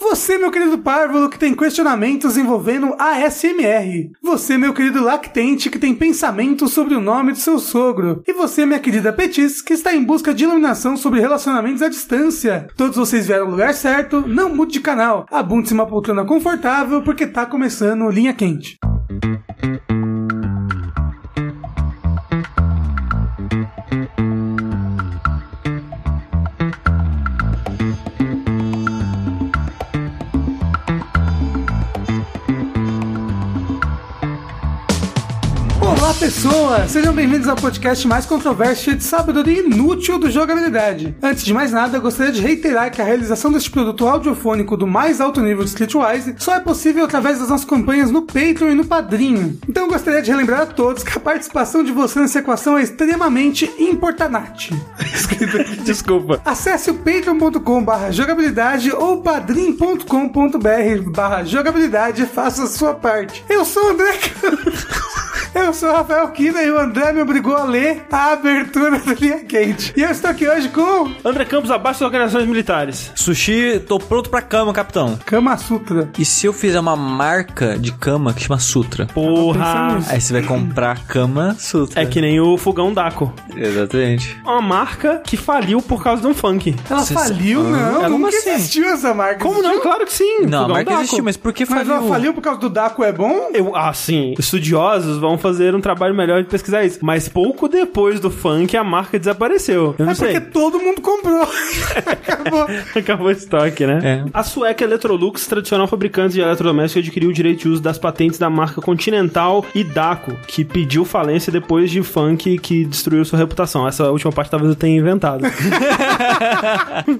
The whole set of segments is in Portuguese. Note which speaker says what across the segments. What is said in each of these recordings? Speaker 1: Você, meu querido párvulo, que tem questionamentos envolvendo ASMR. Você, meu querido lactente, que tem pensamentos sobre o nome do seu sogro. E você, minha querida Petis, que está em busca de iluminação sobre relacionamentos à distância. Todos vocês vieram ao lugar certo, não mude de canal. Abunde-se uma poltrona confortável, porque tá começando Linha Quente. Olá, pessoas! Sejam bem-vindos ao podcast mais controverso de sábado de inútil do Jogabilidade. Antes de mais nada, gostaria de reiterar que a realização deste produto audiofônico do mais alto nível de Splitwise só é possível através das nossas campanhas no Patreon e no Padrinho. Então gostaria de relembrar a todos que a participação de você nessa equação é extremamente importante. Escrito aqui.
Speaker 2: Desculpa.
Speaker 1: Acesse o patreon.com barra jogabilidade ou padrim.com.br barra jogabilidade e faça a sua parte. Eu sou o André Campos. Eu sou o Rafael Kina e o André me obrigou a ler a abertura do Linha Quente. E eu estou aqui hoje com
Speaker 2: André Campos abaixo das organizações militares.
Speaker 3: Sushi, tô pronto pra cama, capitão.
Speaker 1: Kama Sutra.
Speaker 3: E se eu fizer uma marca de cama que chama Sutra?
Speaker 1: pensando
Speaker 2: Porra.
Speaker 1: nisso.
Speaker 3: Aí você vai comprar a cama Sutra.
Speaker 2: É que nem o fogão Daco.
Speaker 3: Exatamente.
Speaker 2: Uma marca que faliu por causa de um funk.
Speaker 1: Ela
Speaker 3: Cês-
Speaker 1: faliu?
Speaker 3: Ah.
Speaker 1: Não,
Speaker 2: Ela-
Speaker 1: nunca
Speaker 2: como assim?
Speaker 1: existiu essa marca.
Speaker 2: Como não?
Speaker 1: Existiu?
Speaker 2: Claro que sim.
Speaker 3: Não, a
Speaker 2: Fogão
Speaker 3: marca
Speaker 2: Daco.
Speaker 3: existiu, mas por que
Speaker 1: Mas
Speaker 3: faliu?
Speaker 1: ela faliu por causa do Daco é bom?
Speaker 2: Eu, ah, sim. Estudiosos vão fazer um trabalho melhor de pesquisar isso. Mas pouco depois do funk, a marca desapareceu. Eu não
Speaker 1: É porque
Speaker 2: sei.
Speaker 1: todo mundo comprou. Acabou.
Speaker 2: Acabou o estoque, né?
Speaker 3: É.
Speaker 2: A sueca Electrolux, tradicional fabricante de eletrodomésticos, adquiriu o direito de uso das patentes da marca Continental e Daco, que pediu falência depois de funk que destruiu sua reputação. Essa última parte talvez eu tenha inventado.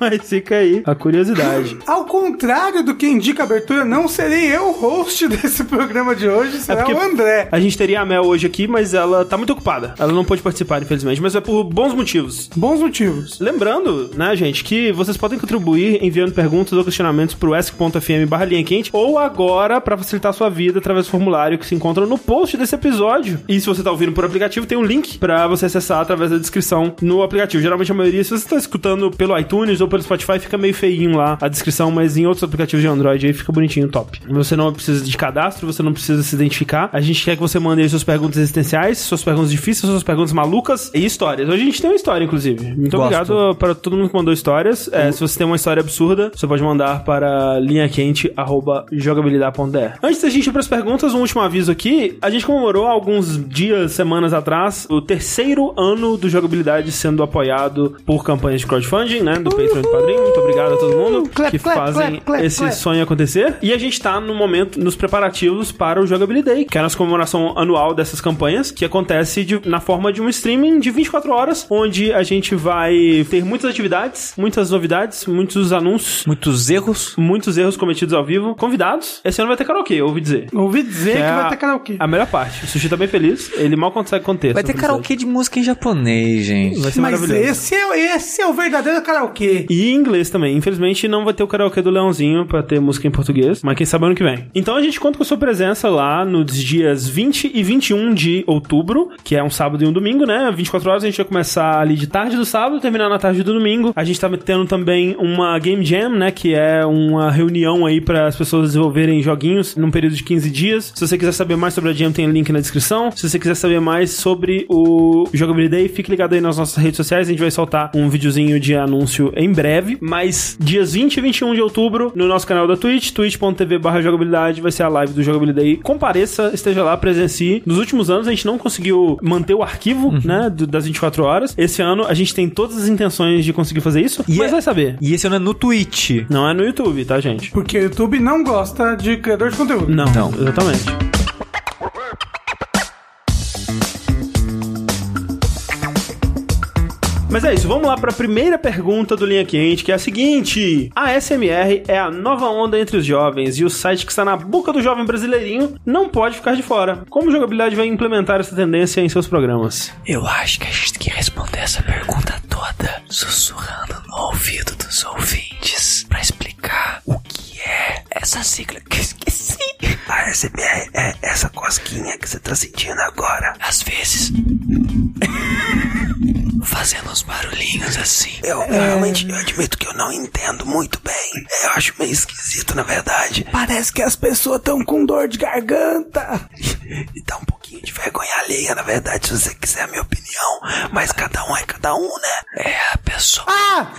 Speaker 2: Mas fica aí a curiosidade.
Speaker 1: Ao contrário do que indica a abertura, não serei eu o host desse programa de hoje, será
Speaker 2: É porque-
Speaker 1: o André.
Speaker 2: A gente teria a Mel hoje aqui, mas ela tá muito ocupada. Ela não pôde participar, infelizmente, mas é por bons motivos.
Speaker 1: Bons motivos.
Speaker 2: Lembrando, né, gente, que vocês podem contribuir enviando perguntas ou questionamentos pro ESC.fm barra linha quente ou agora pra facilitar a sua vida através do formulário que se encontra no post desse episódio. E se você tá ouvindo por aplicativo, tem um link pra você acessar através da descrição no aplicativo. Geralmente a maioria, se você tá escutando pelo iTunes ou pelo Spotify, fica meio feinho lá a descrição, mas em outros aplicativos de Android aí fica bonitinho, top. Você não precisa de cadastro, você não precisa se identificar. A gente quer que você mande aí suas perguntas existenciais, suas perguntas difíceis, suas perguntas malucas e histórias. Hoje a gente tem uma história, inclusive. Então, Muito
Speaker 3: Gosto.
Speaker 2: obrigado para todo mundo que mandou histórias. É, se você tem uma história absurda, você pode mandar para linhaquente.jogabilidade.de. Antes da gente ir para as perguntas, um último aviso aqui. A gente comemorou há alguns dias, semanas atrás, o terceiro ano do Jogabilidade sendo apoiado por campanhas de crowdfunding, né? Do Patreon e do Padrinho. Muito obrigado a todo mundo
Speaker 1: Clap,
Speaker 2: que
Speaker 1: clap,
Speaker 2: fazem
Speaker 1: clap, clap,
Speaker 2: esse
Speaker 1: clap.
Speaker 2: sonho acontecer. E a gente tá no momento, nos preparativos para o Jogabilidade, que é a nossa comemoração anual dessas campanhas, que acontece de- na forma de um streaming de 24 horas, onde a gente vai ter muitas atividades, muitas novidades, muitos anúncios,
Speaker 3: Muitos erros.
Speaker 2: muitos erros cometidos ao vivo, convidados. Esse ano vai ter karaokê, eu ouvi dizer.
Speaker 1: Ouvi dizer que,
Speaker 2: É
Speaker 1: vai ter karaokê.
Speaker 2: A melhor parte. O Sushi tá bem feliz, ele mal consegue conter.
Speaker 3: Vai
Speaker 2: essa
Speaker 3: ter karaokê de música em japonês, gente.
Speaker 2: felicidade. Vai ser
Speaker 1: Mas
Speaker 2: maravilhoso.
Speaker 1: esse é, o- esse é o verdadeiro karaokê.
Speaker 2: E em inglês também. Infelizmente não vai ter o karaokê do Leãozinho pra ter música em português, mas quem sabe ano que vem. Então a gente conta com a sua presença lá nos dias 20 e 21 de outubro, que é um sábado e um domingo, né? 24 horas a gente vai começar ali de tarde do sábado, terminar na tarde do domingo. A gente tá tendo também uma Game Jam, né, que é uma reunião aí para as pessoas desenvolverem joguinhos num período de 15 dias. Se você quiser saber mais sobre a Jam, tem link na descrição. Se você quiser saber mais sobre o Jogabilidade, fique ligado aí nas nossas redes sociais. A gente vai soltar um videozinho de anúncio em breve. Mas dias 20 e 21 de outubro, no nosso canal da Twitch, twitch.tv barra jogabilidade, vai ser a live do Jogabilidade. Compareça, esteja lá, presencie. Nos últimos anos, a gente não conseguiu manter o arquivo,
Speaker 3: Uhum.
Speaker 2: né, do- das 24 horas. Esse ano, a gente tem todas as intenções de conseguir fazer isso,
Speaker 3: E
Speaker 2: mas
Speaker 3: é-
Speaker 2: vai saber.
Speaker 3: E esse ano é no Twitch.
Speaker 2: Não é no YouTube, tá, gente?
Speaker 1: Porque o YouTube não gosta de criador de conteúdo.
Speaker 2: Não,
Speaker 3: Não.
Speaker 2: exatamente. Mas é isso, vamos lá para a primeira pergunta do Linha Quente, que é a seguinte: A SMR é a nova onda entre os jovens e o site que está na boca do jovem brasileirinho não pode ficar de fora. Como a jogabilidade vai implementar essa tendência em seus programas?
Speaker 3: Eu acho que a gente tem que responder essa pergunta toda sussurrando no ouvido dos ouvintes pra explicar o que é essa sigla que eu esqueci. A SBR é essa cosquinha que você tá sentindo agora. Às vezes fazendo uns barulhinhos assim. Eu realmente eu admito que eu não entendo muito bem. Eu acho meio esquisito, na verdade. Parece que as pessoas estão com dor de garganta. e dá um pouquinho de vergonha alheia, na verdade, se você quiser a minha opinião. Mas cada um é cada um, né? É, a pessoa.
Speaker 1: Ah!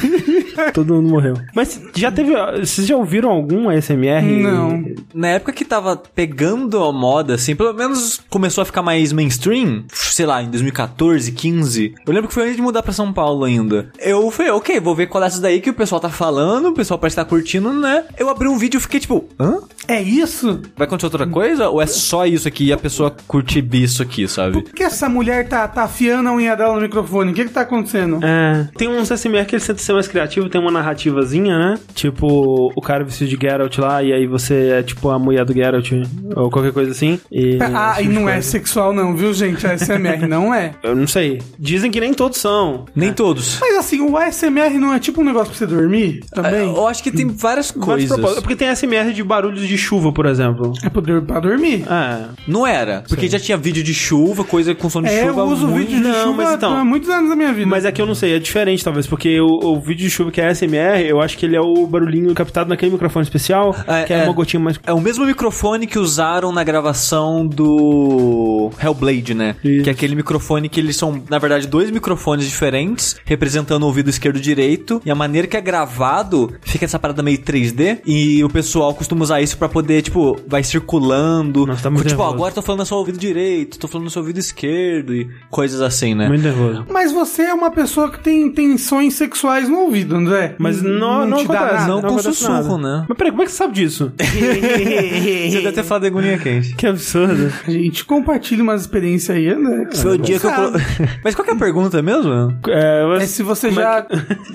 Speaker 2: Todo mundo morreu. Mas já teve. Vocês já ouviram algum ASMR?
Speaker 1: Não.
Speaker 4: Na época que tava pegando a moda, assim, pelo menos começou a ficar mais mainstream, sei lá, em 2014, 15. Eu lembro que foi antes de mudar pra São Paulo ainda. Eu falei, ok, vou ver qual é essas daí que o pessoal tá falando, o pessoal parece que tá curtindo, né? Eu abri um vídeo e fiquei tipo, hã?
Speaker 1: É isso?
Speaker 4: Vai acontecer outra coisa? Ou é só isso aqui e a pessoa curte isso aqui, sabe?
Speaker 1: Por que essa mulher tá, tá afiando a unha dela no microfone? O que que tá acontecendo?
Speaker 2: É. Tem uns SMR que eles tentam ser mais criativos, tem uma narrativazinha, né? Tipo, o cara vestido de Geralt lá, e aí você é tipo a mulher do Geralt, ou qualquer coisa assim. E,
Speaker 1: Ah, e não é sexual não, viu, gente? A ASMR não é.
Speaker 2: Eu não sei. Dizem que nem todos são.
Speaker 4: Nem todos.
Speaker 1: Mas assim, o ASMR não é tipo um negócio pra você dormir É,
Speaker 2: É,
Speaker 1: também?
Speaker 4: Eu acho que tem várias
Speaker 2: Mas
Speaker 4: coisas.
Speaker 2: propósito- Porque tem SMR de barulhos de chuva, por exemplo.
Speaker 1: É pra dur- pra dormir.
Speaker 2: É.
Speaker 4: Não era, porque já tinha vídeo de chuva, coisa com som de
Speaker 1: É, eu
Speaker 4: chuva.
Speaker 1: uso
Speaker 4: muito-
Speaker 1: vídeo de
Speaker 2: não,
Speaker 1: chuva
Speaker 2: mas então-
Speaker 1: há muitos anos da minha vida.
Speaker 2: Mas é que eu não sei, é diferente talvez, porque o, o vídeo de chuva que é SMR, eu acho que ele é o barulhinho captado naquele microfone especial,
Speaker 4: É,
Speaker 2: que é,
Speaker 4: é.
Speaker 2: uma gotinha mais.
Speaker 4: É o mesmo microfone que usaram na gravação do Hellblade, né?
Speaker 2: Isso.
Speaker 4: Que é aquele microfone que eles são, na verdade, dois microfones diferentes, representando o ouvido esquerdo e direito. E a maneira que é gravado fica essa parada meio 3D. E o pessoal costuma usar isso pra poder, tipo, vai circulando.
Speaker 2: Nossa, tá muito
Speaker 4: tipo,
Speaker 2: nervoso.
Speaker 4: agora tô falando no seu ouvido direito, tô falando no seu ouvido esquerdo e coisas assim, né?
Speaker 2: Muito nervoso.
Speaker 1: Mas você é uma pessoa que tem intenções sexuais no ouvido, André.
Speaker 2: Mas não, não,
Speaker 1: te dá
Speaker 2: acontece,
Speaker 1: nada.
Speaker 4: não com
Speaker 2: acontece
Speaker 4: sussurro,
Speaker 2: nada.
Speaker 4: né?
Speaker 2: Mas peraí, como é que você sabe disso?
Speaker 4: Você deve ter falado de agonia quente.
Speaker 2: que absurdo.
Speaker 1: A gente compartilha umas experiências aí, André. que
Speaker 4: Foi
Speaker 1: você
Speaker 4: o dia que eu.
Speaker 1: sabe.
Speaker 4: colo- Mas qual que é a pergunta mesmo?
Speaker 2: É,
Speaker 1: É
Speaker 2: mas...
Speaker 1: se você já,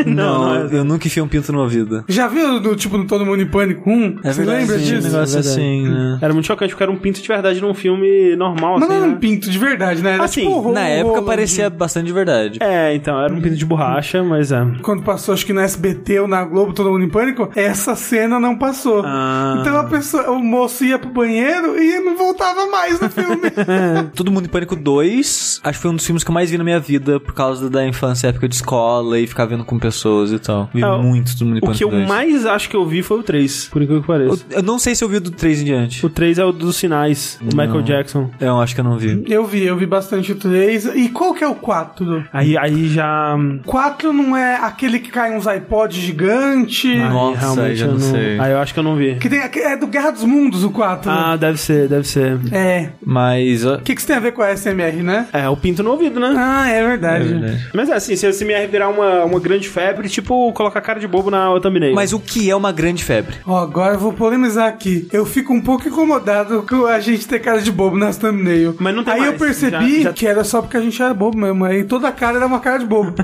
Speaker 2: não, é-
Speaker 4: eu nunca enfiei um pinto numa vida.
Speaker 1: já viu, no, tipo, no Todo Mundo em Pânico 1?
Speaker 4: É
Speaker 1: você
Speaker 4: verdade,
Speaker 1: lembra
Speaker 4: sim,
Speaker 1: disso?
Speaker 4: um negócio
Speaker 2: É verdade.
Speaker 4: assim, né?
Speaker 2: Era muito chocante, porque era um pinto de verdade num filme normal,
Speaker 1: Mas
Speaker 2: assim,
Speaker 1: não era
Speaker 2: né?
Speaker 1: um pinto de verdade, né? Era
Speaker 2: Assim,
Speaker 1: tipo um rolo-
Speaker 4: Na época
Speaker 1: rolo
Speaker 4: parecia bastante de verdade.
Speaker 2: É, então, era um pinto de borracha, mas é.
Speaker 1: de- Quando passou, acho que no SBT ou na Globo, Todo Mundo em Pânico, essa cena não passou.
Speaker 2: Ah.
Speaker 1: Então a pessoa, o moço ia pro banheiro e não voltava mais no filme.
Speaker 2: É.
Speaker 4: Todo Mundo em Pânico 2, acho que foi um dos filmes que eu mais vi na minha vida por causa da infância, época de escola e ficar vendo com pessoas e tal. Vi
Speaker 2: É, o-
Speaker 4: muito Todo Mundo em
Speaker 2: O
Speaker 4: Pânico
Speaker 2: que eu
Speaker 4: 2.
Speaker 2: mais acho que eu vi foi o 3, por incrível que pareça.
Speaker 4: Eu- Eu não sei se eu vi o do 3 em diante.
Speaker 2: O 3 é o dos sinais, do Michael Jackson.
Speaker 4: Eu acho que eu não
Speaker 2: Hum.
Speaker 4: vi.
Speaker 1: eu vi, eu vi bastante o 3. E qual que é o 4?
Speaker 2: Aí, aí já. hum,
Speaker 1: 4 não é aquele que cai uns iPod gigante.
Speaker 2: aí
Speaker 4: Nossa, aí já
Speaker 2: eu
Speaker 4: não sei.
Speaker 2: Aí eu acho que eu não vi.
Speaker 1: Que tem, é do Guerra dos Mundos, o 4.
Speaker 2: Ah, deve ser, deve ser.
Speaker 1: É.
Speaker 4: Mas. ó,
Speaker 1: O que, que isso tem a ver com a SMR, né?
Speaker 2: É, o pinto no ouvido, né?
Speaker 1: Ah, é verdade.
Speaker 2: Mas é assim, se esse MR virar uma, uma grande febre, tipo, colocar cara de bobo na thumbnail.
Speaker 4: Mas o que é uma grande febre?
Speaker 1: Ó, agora eu vou polemizar aqui. Eu fico um pouco incomodado com a gente ter cara de bobo nas thumbnail.
Speaker 2: Mas não tem
Speaker 1: Aí
Speaker 2: mais.
Speaker 1: eu percebi
Speaker 2: Já- já-
Speaker 1: que era só porque a gente era bobo mesmo. Aí toda cara era uma cara de bobo.
Speaker 2: Tá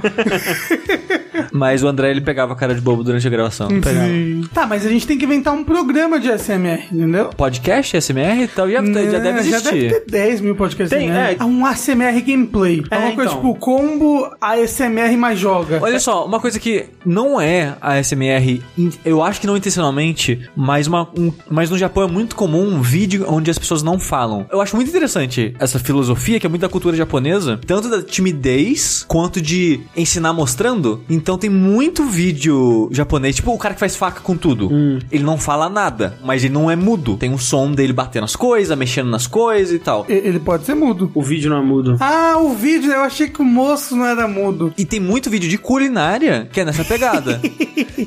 Speaker 4: Mas o André ele pegava a cara de bobo durante a gravação.
Speaker 2: Hum.
Speaker 1: Sim. tá, mas a gente tem que inventar um programa de SMR, entendeu?
Speaker 4: Podcast, SMR e tal,
Speaker 2: Né,
Speaker 4: já,
Speaker 2: Então,
Speaker 4: já deve
Speaker 1: É,
Speaker 4: existir.
Speaker 1: Já deve ter 10 mil podcasts.
Speaker 2: Tem,
Speaker 1: né?
Speaker 2: é.
Speaker 1: Um ASMR gameplay. É,
Speaker 2: É,
Speaker 1: uma coisa
Speaker 2: então.
Speaker 1: tipo combo ASMR mais joga.
Speaker 4: Olha só, uma coisa que não é a SMR, eu acho que não intencionalmente, mas, uma, um- mas no Japão é muito comum um vídeo onde as pessoas não falam. Eu acho muito interessante essa filosofia, que é muito da cultura japonesa, tanto da timidez quanto de ensinar mostrando. Então tem muito vídeo japonês, tipo o cara que faz faca com tudo. Ele não fala nada, mas ele não é mudo. Tem um som dele batendo as coisas, mexendo nas coisas e tal.
Speaker 1: E- Ele pode ser mudo.
Speaker 2: O vídeo não é mudo.
Speaker 1: Ah, o vídeo, eu achei que o moço não era mudo.
Speaker 4: E tem muito vídeo de culinária que é nessa pegada.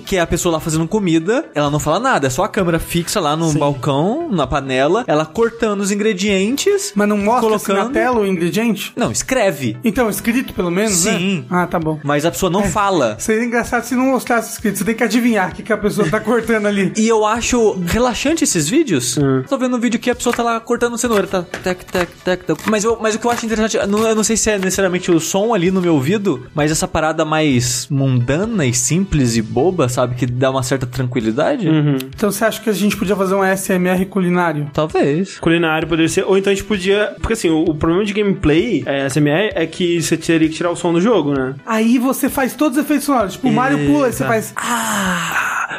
Speaker 4: que é a pessoa lá fazendo comida, ela não fala nada, é só a câmera fixa lá no balcão, na panela, ela cortando os ingredientes.
Speaker 1: Mas não mostra assim, na
Speaker 4: Colocando.
Speaker 1: tela o ingrediente?
Speaker 4: Não, escreve.
Speaker 1: Então, escrito pelo menos, né?
Speaker 4: Sim.
Speaker 1: Ah, tá bom.
Speaker 4: Mas a pessoa não fala.
Speaker 1: Seria engraçado se não mostrasse escrito. Você tem que adivinhar o que, que a pessoa tá cortando ali.
Speaker 4: E eu acho relaxante esses vídeos.
Speaker 1: Hum.
Speaker 4: Tô vendo um vídeo que a pessoa tá lá cortando cenoura, tá tec, tec, tec, tec. Mas, eu- mas o que eu acho interessante, eu não, eu não sei se é necessariamente o som ali no meu ouvido, mas essa parada mais mundana e simples e boba, sabe? Que dá uma certa tranquilidade.
Speaker 1: Então você acha que a gente podia fazer um ASMR culinário?
Speaker 4: Talvez.
Speaker 2: Culinário poderia ser. Ou então a gente podia. Porque assim, o, o problema de gameplay, é, SMR, é que você teria que tirar o som do jogo, né?
Speaker 1: Aí você faz todos os efeitos sonoros. Tipo, o Mario pula e você faz.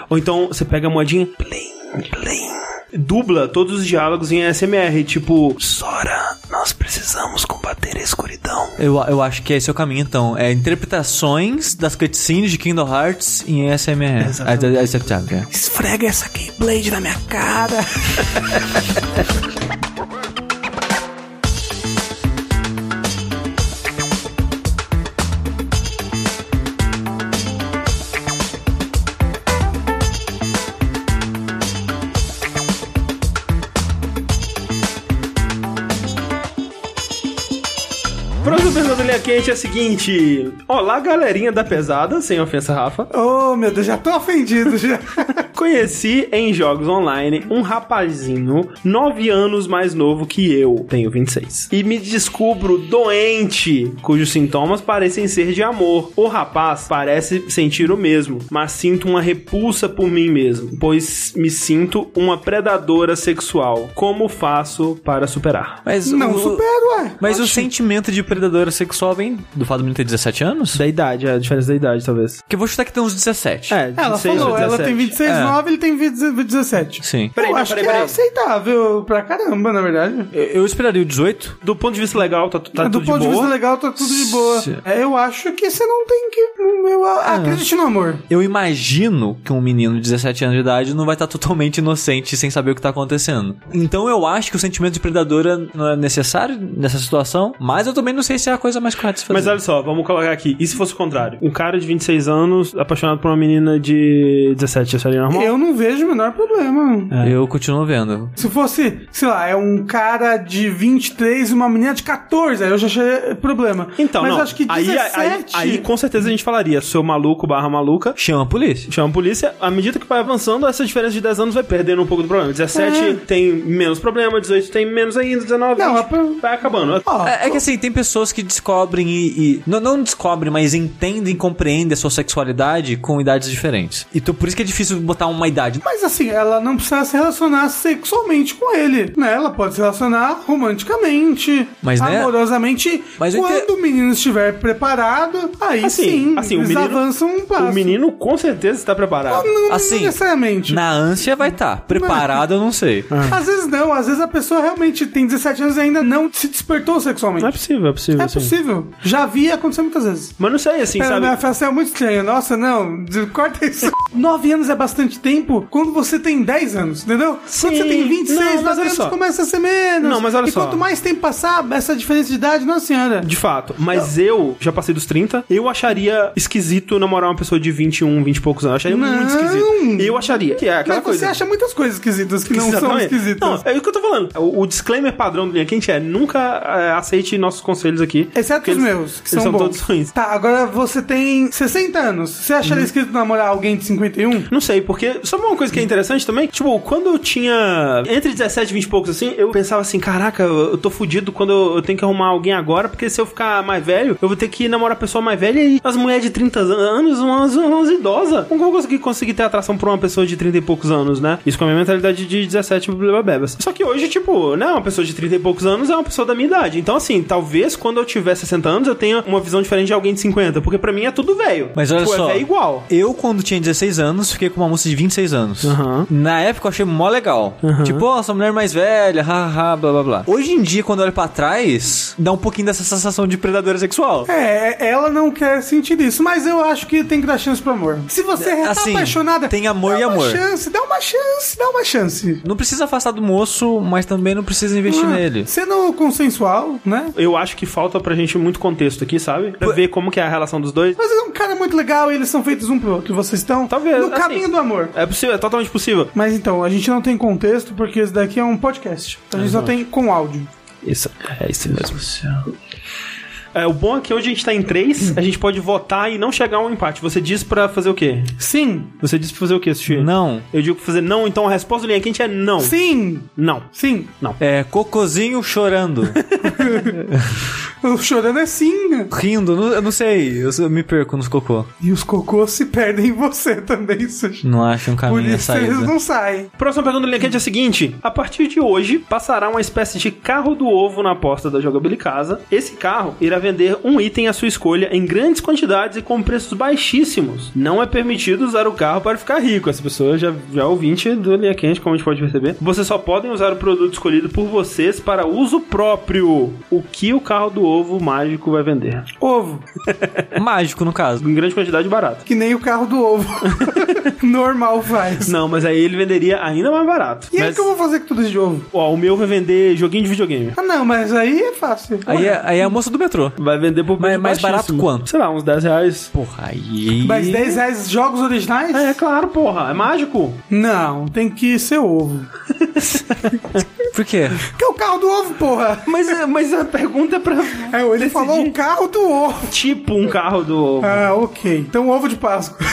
Speaker 2: Ou então você pega a moedinha. Dubla todos os diálogos em SMR, tipo.
Speaker 3: Sora, nós precisamos combater a escuridão.
Speaker 4: Eu, eu acho que esse é o caminho, então. É interpretações das cutscenes de Kingdom Hearts em ASMR.
Speaker 1: Exatamente.
Speaker 4: Exatamente. É,
Speaker 3: Esfrega essa Keyblade na minha cara.
Speaker 2: Próximo pergunta do Linha Quente é a seguinte: Olá, galerinha da pesada, sem ofensa, Rafa.
Speaker 1: Oh, meu Deus, já tô ofendido já.
Speaker 2: Conheci em jogos online um rapazinho 9 anos mais novo que eu, tenho 26. E me descubro doente, cujos sintomas parecem ser de amor. O rapaz parece sentir o mesmo, mas sinto uma repulsa por mim mesmo, pois me sinto uma predadora sexual. Como faço para superar?
Speaker 4: Mas
Speaker 1: Não
Speaker 4: o-
Speaker 1: supero, ué.
Speaker 4: Mas o sentimento de predadora sexual vem do fato de menino ter 17 anos?
Speaker 2: Da idade, é a diferença da idade, talvez.
Speaker 4: Que eu vou chutar que tem uns 17.
Speaker 2: É,
Speaker 1: Ela
Speaker 2: 26 ou
Speaker 1: falou, ela
Speaker 2: 17.
Speaker 1: tem 26,
Speaker 4: É.
Speaker 1: 9, ele tem 20 17.
Speaker 4: Sim.
Speaker 2: Peraí,
Speaker 1: eu
Speaker 2: mas
Speaker 1: acho
Speaker 2: peraí,
Speaker 1: que é
Speaker 2: peraí.
Speaker 1: aceitável pra caramba, na verdade.
Speaker 4: Eu, eu esperaria o 18.
Speaker 2: Do ponto de vista legal, tá, tá
Speaker 1: Do
Speaker 2: tudo
Speaker 1: ponto
Speaker 2: de
Speaker 1: de
Speaker 2: boa.
Speaker 1: vista legal, tá tudo de boa.
Speaker 4: Se-
Speaker 1: É, eu acho que você não tem que. Eu,
Speaker 2: É.
Speaker 1: Acredite no amor.
Speaker 4: Eu imagino que um menino de 17 anos de idade não vai estar totalmente inocente sem saber o que tá acontecendo. Então eu acho que o sentimento de predadora não é necessário nessa situação, mas eu também não sei se é a coisa mais correta de se fazer.
Speaker 2: Mas olha só, vamos colocar aqui. E se fosse o contrário? Um cara de 26 anos apaixonado por uma menina de 17, isso seria normal?
Speaker 1: Eu não vejo o menor problema.
Speaker 4: Eu continuo vendo.
Speaker 1: Se fosse, sei lá, é um cara de 23 e uma menina de 14, aí eu já achei problema.
Speaker 2: Então,
Speaker 1: Mas
Speaker 2: não.
Speaker 1: acho que
Speaker 2: aí,
Speaker 1: 17...
Speaker 2: aí, aí com certeza a gente falaria, seu maluco barra maluca,
Speaker 4: Chama a polícia.
Speaker 2: chama a polícia. À medida que vai avançando, essa diferença de 10 anos vai perdendo um pouco do problema. 17 tem menos problema, 18 tem menos ainda, 19
Speaker 1: É. Não,
Speaker 2: 20,
Speaker 1: é pra-
Speaker 2: vai acabando.
Speaker 1: Ó,
Speaker 4: É, é que assim, tem pessoas que descobrem e. e- não, não descobrem, mas entendem e compreendem a sua sexualidade com idades diferentes. Então por isso que é difícil botar uma idade.
Speaker 1: Mas assim, ela não precisa se relacionar sexualmente com ele, né? Ela pode se relacionar romanticamente,
Speaker 4: Mas, né?
Speaker 1: amorosamente.
Speaker 4: Mas eu
Speaker 1: quando
Speaker 4: ente-
Speaker 1: o menino estiver preparado, aí
Speaker 2: é Assim,
Speaker 1: sim,
Speaker 2: assim, o
Speaker 1: eles
Speaker 2: menino-
Speaker 1: avançam um passo.
Speaker 2: O menino com certeza está preparado.
Speaker 1: Não
Speaker 4: Assim,
Speaker 1: necessariamente.
Speaker 4: Na ânsia vai estar. Preparado, eu não sei.
Speaker 2: Ah.
Speaker 1: Às vezes não, às vezes a pessoa realmente tem 17 anos e ainda não se despertou sexualmente.
Speaker 2: Não é possível, é possível.
Speaker 1: É
Speaker 2: sim.
Speaker 1: possível. Já vi acontecer muitas vezes.
Speaker 2: Mas não sei, assim,
Speaker 1: Pera,
Speaker 2: sabe?
Speaker 1: minha festa é muito estranha. Nossa, não, de- corta isso. 9 anos é bastante tempo quando você tem 10 anos, entendeu? Quando você
Speaker 2: Sim.
Speaker 1: tem 26,
Speaker 2: Não,
Speaker 1: mais
Speaker 2: mas
Speaker 1: ou
Speaker 2: olha
Speaker 1: menos
Speaker 2: só.
Speaker 1: começa a ser menos.
Speaker 2: Não, mas olha
Speaker 1: e
Speaker 2: só.
Speaker 1: quanto mais tempo passar, essa diferença de idade, nossa senhora.
Speaker 2: De fato. Mas eu, já passei dos 30, eu acharia esquisito namorar uma pessoa de 21, 20 e poucos anos. Eu acharia
Speaker 1: Não.
Speaker 2: muito esquisito. Eu acharia. Que é aquela
Speaker 1: Mas você
Speaker 2: coisa.
Speaker 1: acha muitas coisas esquisitas que não são
Speaker 2: Exatamente.
Speaker 1: esquisitas.
Speaker 2: Não, é o que eu tô falando. O, o disclaimer padrão do Linha Quente é nunca é, aceite nossos conselhos aqui.
Speaker 1: Exceto
Speaker 2: porque
Speaker 1: os
Speaker 2: eles-
Speaker 1: meus, que
Speaker 2: eles
Speaker 1: são, bons.
Speaker 2: todos ruins. Uhum.
Speaker 1: Tá, agora você tem 60 anos. Você acharia esquisito namorar alguém de 51?
Speaker 2: Não sei, porque. Sabe uma coisa que é interessante também? Tipo, quando eu tinha. Entre 17 e 20 e poucos assim, eu pensava assim: caraca, eu eu tô fudido quando eu, eu tenho que arrumar alguém agora, porque se eu ficar mais velho, eu vou ter que namorar a pessoa mais velha e as mulheres de 30 anos, umas, umas idosas. Como que eu vou conseguir, conseguir ter atração por uma pessoa de 30 e poucos anos, né? Isso com a minha mentalidade de 17 bebas. Só que hoje, tipo, né? Uma pessoa de 30 e poucos anos é uma pessoa da minha idade. Então, assim, talvez quando eu tiver 60 anos eu tenha uma visão diferente de alguém de 50, porque pra mim é tudo velho.
Speaker 4: Mas olha
Speaker 2: Tipo,
Speaker 4: só.
Speaker 2: É velho igual.
Speaker 4: Eu, quando tinha 16 anos, fiquei com uma moça de 26 anos.
Speaker 2: Aham.
Speaker 4: Na época eu achei mó legal. Tipo, ó, essa mulher mais velha, haha, blá blá blá. Hoje em dia, quando eu olho pra trás, dá um pouquinho dessa sensação de predadora sexual.
Speaker 1: É, ela não quer sentir isso, mas eu acho que tem que dar chance pro amor. Se você é, tá
Speaker 4: assim,
Speaker 1: apaixonada,
Speaker 4: tem amor
Speaker 1: dá
Speaker 4: e
Speaker 1: uma
Speaker 4: amor.
Speaker 1: chance, dá uma chance, dá uma chance.
Speaker 4: Não precisa afastar do moço, mas também não precisa investir nele.
Speaker 1: Sendo consensual, né?
Speaker 2: Eu acho que falta pra gente muito contexto aqui, sabe? Pra ver como que é a relação dos dois.
Speaker 1: Mas é um cara muito legal e eles são feitos um pro outro. Vocês estão
Speaker 2: Talvez,
Speaker 1: no
Speaker 2: assim.
Speaker 1: caminho do amor.
Speaker 2: É possível, é totalmente possível.
Speaker 1: Mas então, a gente não tem contexto porque esse daqui é um podcast. Então a gente só tem com áudio.
Speaker 2: Isso, é isso mesmo. É, o bom é que hoje a gente tá em três, a gente pode votar e não chegar a um empate. Você diz pra fazer o quê?
Speaker 1: Sim,
Speaker 2: Você diz pra fazer o quê, Sushi?
Speaker 4: Não.
Speaker 2: Eu digo pra fazer não, então a resposta do linha quente é não.
Speaker 1: sim,
Speaker 2: Não.
Speaker 1: sim.
Speaker 4: É cocôzinho chorando.
Speaker 1: O chorando é sim.
Speaker 4: Rindo, não- eu não sei. Eu só me perco nos cocô.
Speaker 1: E os cocôs se perdem em você também, Sushi.
Speaker 4: Não acho um
Speaker 1: Por
Speaker 4: caminho a
Speaker 1: isso eles
Speaker 4: saída.
Speaker 1: não saem.
Speaker 2: Próxima pergunta do linha quente é a seguinte: A partir de hoje, passará uma espécie de carro do ovo na porta da Jogabilicasa. Esse carro irá vender um item à sua escolha em grandes quantidades e com preços baixíssimos. Não é permitido usar o carro para ficar rico. Essa pessoa já, já é ouvinte do Linha Quente, como a gente pode perceber. Vocês só podem usar o produto escolhido por vocês para uso próprio. O que o carro do ovo mágico vai vender?
Speaker 1: Ovo.
Speaker 4: Mágico, no caso.
Speaker 2: Em grande quantidade e barato.
Speaker 1: Que nem o carro do ovo. Normal faz.
Speaker 2: Não, mas aí ele venderia ainda mais barato.
Speaker 1: E aí
Speaker 2: Mas,
Speaker 1: que eu vou fazer com tudo isso de ovo?
Speaker 2: ó, o meu vai vender joguinho de videogame.
Speaker 1: Ah, não, mas aí é fácil.
Speaker 4: Aí é, aí é a moça do metrô.
Speaker 2: Vai vender por
Speaker 4: Mas-
Speaker 2: preço
Speaker 4: mas barato
Speaker 2: baixíssimo.
Speaker 4: quanto?
Speaker 2: Sei lá, uns 10 reais.
Speaker 4: Porra, é aí.
Speaker 1: Mas 10 reais jogos originais?
Speaker 2: É, claro, porra. É mágico.
Speaker 1: Não, tem que ser ovo.
Speaker 4: Por quê?
Speaker 1: Que é o carro do ovo, porra!
Speaker 2: Mas, mas a pergunta é pra...
Speaker 1: É, ele falou o carro do ovo.
Speaker 2: Tipo um carro do ovo.
Speaker 1: Ah, ok. Então ovo de Páscoa.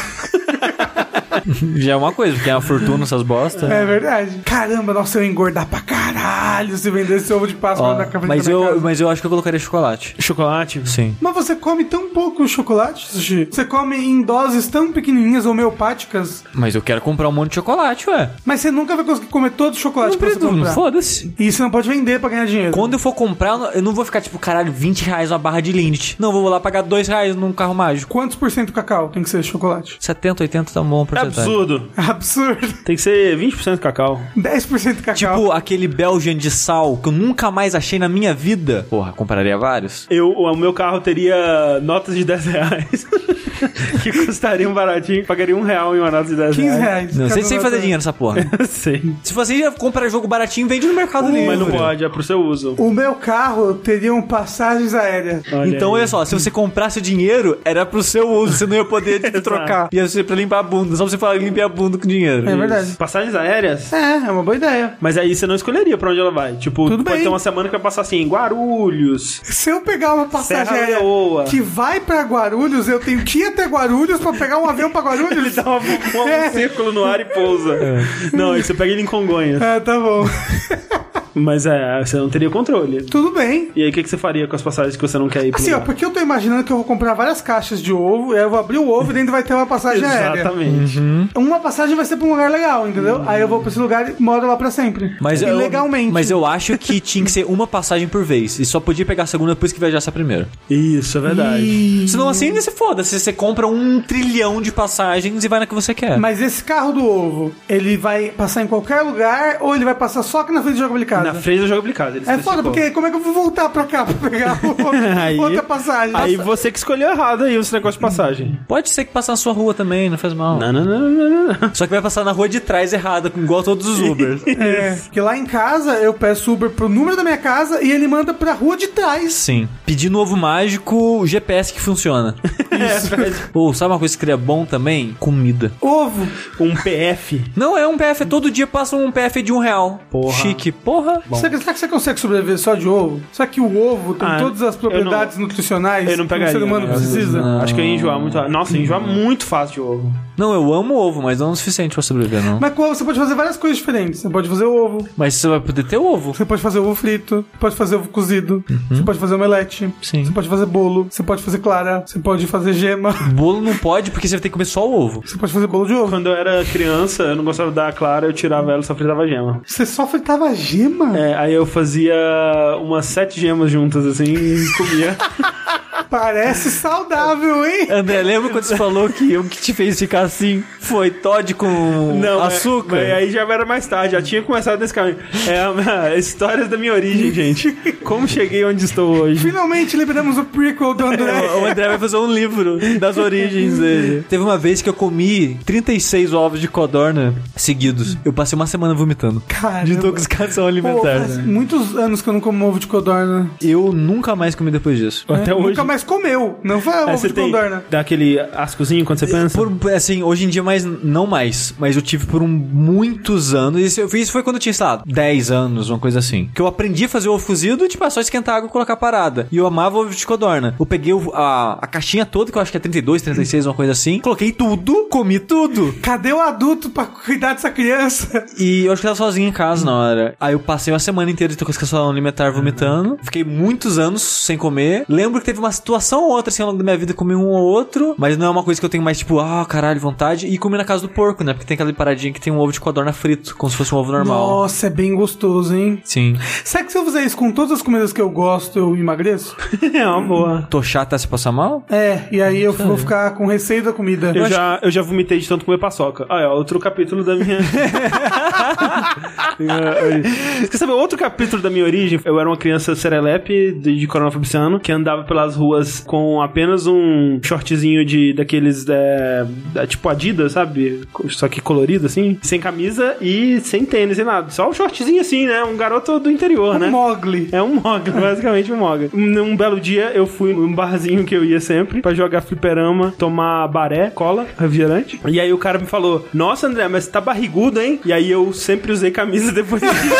Speaker 4: Já é uma coisa, porque é uma fortuna essas bostas.
Speaker 1: É verdade. Caramba, nossa, eu ia engordar pra caralho se vendesse ovo de Páscoa
Speaker 4: Ó,
Speaker 1: na café
Speaker 4: mas, eu, mas eu acho que eu colocaria chocolate.
Speaker 2: Chocolate?
Speaker 4: Sim.
Speaker 1: Mas você come tão pouco chocolate, Sushi? Você come em doses tão pequenininhas, homeopáticas,
Speaker 4: Mas eu quero comprar um monte de chocolate, ué.
Speaker 1: mas você nunca vai conseguir comer todo o chocolate pra você
Speaker 4: Bruno,
Speaker 1: comprar.
Speaker 4: Foda-se.
Speaker 1: E você não pode vender pra ganhar dinheiro.
Speaker 4: Quando eu for comprar, eu não vou ficar tipo, caralho, 20 reais uma barra de Lindt. Não, vou lá pagar 2 reais num carro mágico.
Speaker 1: Quantos por cento cacau tem que ser chocolate?
Speaker 4: 70, 80 tá um bom
Speaker 2: É
Speaker 4: porcentagem.
Speaker 2: absurdo.
Speaker 1: Absurdo.
Speaker 2: Tem que ser 20% cacau.
Speaker 1: 10% cacau.
Speaker 4: Tipo aquele Belgian de sal que eu nunca mais achei na minha vida. Porra, compraria vários.
Speaker 2: Eu, o meu carro teria notas de 10 reais. que custariam baratinho. Pagaria um real em uma nota de 10
Speaker 1: 15
Speaker 2: reais.
Speaker 1: reais.
Speaker 4: é, Não sei
Speaker 1: Cada
Speaker 4: sem
Speaker 1: nota-
Speaker 4: fazer dinheiro nessa porra.
Speaker 2: Sei.
Speaker 4: Se você já comprar jogo baratinho, vende no mercado livre.
Speaker 2: Mas não pode, é pro seu uso.
Speaker 1: O meu carro teriam passagens aéreas.
Speaker 2: Olha
Speaker 4: Então,
Speaker 2: aí.
Speaker 4: olha só, se você comprasse o dinheiro, era pro seu uso, você não ia poder tipo, trocar. Ia ser pra limpar a bunda, só pra você falar limpar a bunda com dinheiro.
Speaker 1: É verdade.
Speaker 2: Passagens aéreas?
Speaker 1: É, é uma boa ideia.
Speaker 2: Mas aí você não escolheria pra onde ela vai. Tipo,
Speaker 1: Tudo
Speaker 2: pode
Speaker 1: bem.
Speaker 2: ter uma semana que vai passar assim, em Guarulhos.
Speaker 1: Se eu pegar uma passagem
Speaker 2: Serra
Speaker 1: aérea
Speaker 2: Leoa.
Speaker 1: que vai pra Guarulhos, eu tenho que ir até Guarulhos pra pegar um avião pra Guarulhos?
Speaker 2: Dá uma, um
Speaker 1: É.
Speaker 2: círculo no ar e pousa. Não, aí você pega ele em Congonhas.
Speaker 1: É, tá bom.
Speaker 2: Mas é, você não teria controle.
Speaker 1: Tudo bem.
Speaker 2: E aí o que, que você faria com as passagens que você não quer ir pro
Speaker 1: Assim, ó,
Speaker 2: lugar?
Speaker 1: porque eu tô imaginando que eu vou comprar várias caixas de ovo, e aí eu vou abrir o ovo e dentro vai ter uma passagem aérea.
Speaker 2: Exatamente.
Speaker 1: Uhum. Uma passagem vai ser pra um lugar legal, entendeu?
Speaker 2: Hum.
Speaker 1: Aí eu vou pra esse lugar e moro lá pra sempre.
Speaker 4: Mas
Speaker 1: e
Speaker 4: eu,
Speaker 1: legalmente.
Speaker 4: Mas eu acho que tinha que ser uma passagem por vez. E só podia pegar a segunda depois que viajasse a primeira.
Speaker 2: Isso, é verdade.
Speaker 4: Senão assim ainda se foda. Se você compra um trilhão de passagens e vai na que você quer.
Speaker 1: Mas esse carro do ovo, ele vai passar em qualquer lugar ou ele vai passar só aqui na frente do jogo de casa?
Speaker 2: Na frente do jogo aplicado. ele
Speaker 1: É foda,
Speaker 2: especificou.
Speaker 1: porque como é que eu vou voltar pra cá pra pegar
Speaker 2: Aí-
Speaker 1: o- outra passagem?
Speaker 2: Aí você que escolheu errado aí esse negócio de
Speaker 1: Uhum.
Speaker 2: passagem.
Speaker 4: Pode ser que passar na sua rua também, não faz mal.
Speaker 2: Não, não, não, não, não, não.
Speaker 4: Só que vai passar na rua de trás errada, com igual todos os Ubers.
Speaker 1: É, porque lá em casa eu peço Uber pro número da minha casa e ele manda pra rua de trás.
Speaker 4: Sim. Pedir novo mágico, GPS que funciona.
Speaker 1: é
Speaker 4: Ou sabe uma coisa que seria bom também? Comida.
Speaker 1: Ovo.
Speaker 2: Um PF.
Speaker 4: Não, é um PF, todo dia passa um PF de um real.
Speaker 2: Porra.
Speaker 4: Chique, porra.
Speaker 1: Será, que- será que você consegue sobreviver só de ovo? Será que o ovo tem
Speaker 2: Ah,
Speaker 1: todas as
Speaker 2: eu
Speaker 1: propriedades nutricionais
Speaker 2: Eu não
Speaker 1: que o
Speaker 2: pegaria.
Speaker 1: um ser humano
Speaker 2: né?
Speaker 1: precisa? Uhum.
Speaker 2: Não. Acho que eu ia enjoar muito. Nossa, ia enjoar muito fácil de ovo.
Speaker 4: Não, eu amo ovo, mas não é o suficiente pra sobreviver, não. Mas,
Speaker 1: Mas com ovo você pode fazer várias coisas diferentes. Você pode fazer ovo,
Speaker 4: você vai poder ter ovo.
Speaker 1: você pode fazer ovo frito, você pode fazer ovo cozido,
Speaker 2: Uhum.
Speaker 1: você pode fazer omelete,
Speaker 4: Sim.
Speaker 1: você pode fazer bolo, você pode fazer clara, você pode fazer gema,
Speaker 4: Bolo não pode, porque você vai ter que comer só o ovo.
Speaker 1: você pode fazer bolo de ovo.
Speaker 2: Quando eu era criança, eu não gostava da clara, eu tirava ela e só fritava gema.
Speaker 1: Você só fritava gema?
Speaker 2: É, aí eu fazia umas sete gemas juntas, assim, e comia. É.
Speaker 1: Parece saudável, hein?
Speaker 4: André, lembra quando você falou que o que te fez ficar assim foi Todd com
Speaker 2: Não, mas-
Speaker 4: açúcar?
Speaker 2: Mas, é aí já era mais tarde, já tinha começado nesse caminho. É a- histórias da minha origem, gente. Como cheguei onde estou hoje.
Speaker 1: Finalmente liberamos o prequel do
Speaker 2: É,
Speaker 1: André.
Speaker 4: O André vai fazer um livro das origens dele. Teve uma vez que eu comi 36 ovos de codorna seguidos. Eu passei uma semana vomitando.
Speaker 1: Caramba.
Speaker 4: De intoxicação
Speaker 1: Pô,
Speaker 4: alimentar.
Speaker 2: né?
Speaker 1: faz muitos anos que eu não como ovo de codorna.
Speaker 4: Eu nunca mais comi depois disso.
Speaker 2: Até hoje.
Speaker 1: Nunca mais comeu. Não foi
Speaker 2: É,
Speaker 1: ovo
Speaker 2: você
Speaker 1: de
Speaker 2: tem
Speaker 1: codorna.
Speaker 2: dá aquele ascozinho quando você pensa?
Speaker 4: Por, assim, hoje em dia, mas não mais. Mas eu tive por um, muitos anos. Isso eu fiz foi quando eu tinha, sei lá, 10 anos, uma coisa assim. Que eu aprendi a fazer ovo cozido e, tipo, é só esquentar água e colocar parada. E eu amava ovo de codorna. Eu peguei o- a, a caixinha toda, que eu acho que é 32, 36, uma coisa assim. Coloquei tudo, comi tudo.
Speaker 1: Cadê o adulto pra cuidar dessa criança?
Speaker 4: E eu acho que eu tava sozinho em casa na hora. Aí eu passei uma semana inteira de intoxicação alimentar vomitando. Fiquei muitos anos sem comer. Lembro que teve uma situ- situação ou outra assim ao longo da minha vida, comi um ou outro, mas não é uma coisa que eu tenho mais tipo, ah, caralho, vontade. E comi na casa do porco, né? Porque tem aquela paradinha que tem um ovo de codorna frito, como se fosse um ovo normal.
Speaker 1: Nossa, é bem gostoso, hein?
Speaker 4: Sim.
Speaker 1: Será que se eu fizer isso com todas as comidas que eu gosto, eu emagreço?
Speaker 2: É uma boa.
Speaker 4: Tô chata se passar mal?
Speaker 1: É, e aí eu vou ficar com receio da comida.
Speaker 2: Eu, já, eu já vomitei de tanto comer paçoca. Ah, é outro capítulo da minha. minha origem. Você quer saber outro capítulo da minha origem? Eu era uma criança serelepe de, de coronel fabriciano que andava pelas ruas com apenas um shortzinho de daqueles é, da- tipo Adidas, sabe? Só que colorido assim, sem camisa e sem tênis e nada. Só um shortzinho assim, né? Um garoto do interior, né?
Speaker 1: Um Mogli.
Speaker 2: É um mogli, basicamente um mogli. Num belo dia, eu fui num barzinho que eu ia sempre pra jogar fliperama, tomar baré, cola, refrigerante. E aí o cara me falou, nossa, André, mas você tá barrigudo, hein? E aí eu sempre usei camisa depois disso.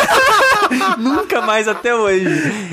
Speaker 4: Nunca mais até hoje.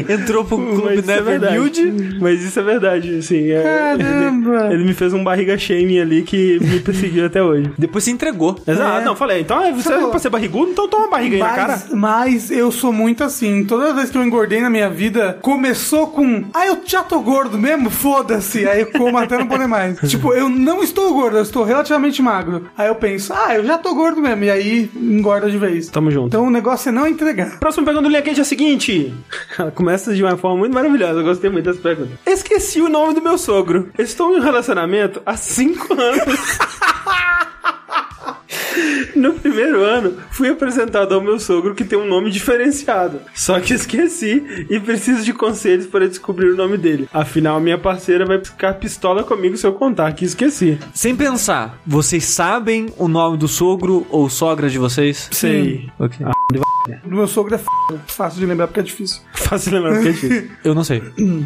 Speaker 4: Entrou pro clube né?
Speaker 2: mas isso é
Speaker 4: Neverbuild.
Speaker 2: verdade. Mas isso é verdade, assim. é-
Speaker 1: Caramba.
Speaker 2: Ele, ele me fez um barriga shaming ali que me perseguiu até hoje.
Speaker 4: Depois se entregou.
Speaker 2: Exato, não, falei, então é, você é pra ser barrigudo, então toma uma barriga
Speaker 4: é
Speaker 2: aí na cara.
Speaker 1: Mas, mas eu sou muito assim. Toda vez que eu engordei na minha vida, começou com. Ah, eu já tô gordo mesmo? Foda-se. Aí eu como até não poder mais. tipo, eu não estou gordo, eu estou relativamente magro. Aí eu penso, ah, eu já tô gordo mesmo. E aí engorda de vez.
Speaker 4: Tá
Speaker 2: Tamo junto.
Speaker 1: Então o negócio é não entregar.
Speaker 2: Próxima pergunta do Linha Quente é a seguinte. Ela começa de uma forma muito maravilhosa, eu gostei muito dessa pergunta. Esqueci o nome do meu sogro. Estou em um relacionamento há cinco anos. No primeiro ano, fui apresentado ao meu sogro que tem um nome diferenciado. Só que esqueci e preciso de conselhos para descobrir o nome dele. Afinal, minha parceira vai ficar pistola comigo se eu contar que esqueci.
Speaker 4: Sem pensar, vocês sabem o nome do sogro ou sogra de vocês?
Speaker 2: Sei.
Speaker 4: Ok.
Speaker 1: Do meu sogro é f... fácil de lembrar porque é difícil.
Speaker 2: Fácil lembrar porque é difícil.
Speaker 4: Eu não sei.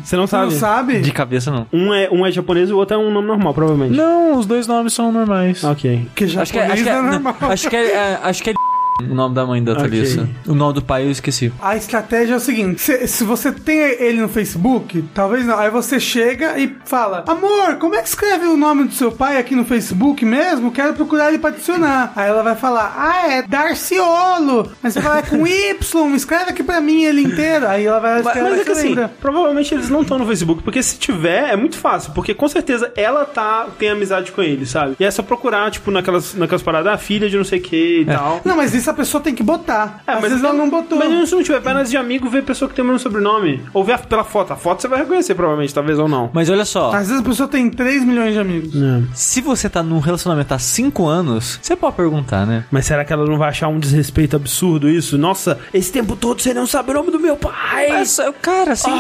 Speaker 2: Você não
Speaker 1: Você
Speaker 2: sabe?
Speaker 1: não sabe?
Speaker 4: De cabeça, não.
Speaker 2: Um é, um é japonês e o outro é um nome normal, provavelmente.
Speaker 4: Não, os dois nomes são normais.
Speaker 2: Ok.
Speaker 1: Porque já
Speaker 4: Acho que é. Acho que é,
Speaker 1: normal.
Speaker 4: não, acho que é, é, acho que é o nome da mãe da
Speaker 2: Ok.
Speaker 4: Thalissa. O nome do pai eu esqueci.
Speaker 1: A estratégia é o seguinte: se, se você tem ele no Facebook, talvez não. Aí você chega e fala: Amor, como é que escreve o nome do seu pai aqui no Facebook mesmo? Quero procurar ele pra adicionar. Aí ela vai falar: Ah, é Darciolo. Mas você fala: É com Y, escreve aqui pra mim ele inteiro. Aí ela vai escrever.
Speaker 2: Mas é que assim, provavelmente eles não estão no Facebook, porque se tiver, é muito fácil, porque com certeza ela tá, tem amizade com ele, sabe? E é só procurar, tipo, naquelas, naquelas paradas, a filha de É. não sei o que e tal.
Speaker 1: Não, mas isso a pessoa tem que botar.
Speaker 2: É,
Speaker 1: Às vezes ela não botou.
Speaker 2: Mas se não tiver apenas de amigo, ver pessoa que tem o mesmo sobrenome. Ou ver a- pela foto. A foto você vai reconhecer, provavelmente, talvez ou não.
Speaker 4: Mas olha só,
Speaker 2: Tá.
Speaker 1: Às vezes a pessoa tem 3 milhões de amigos.
Speaker 4: se você tá num relacionamento há 5 anos, você pode perguntar, né?
Speaker 2: Mas será que ela não vai achar um desrespeito absurdo isso? Nossa, esse tempo todo você não sabe o nome do meu pai!
Speaker 4: Essa, cara, 5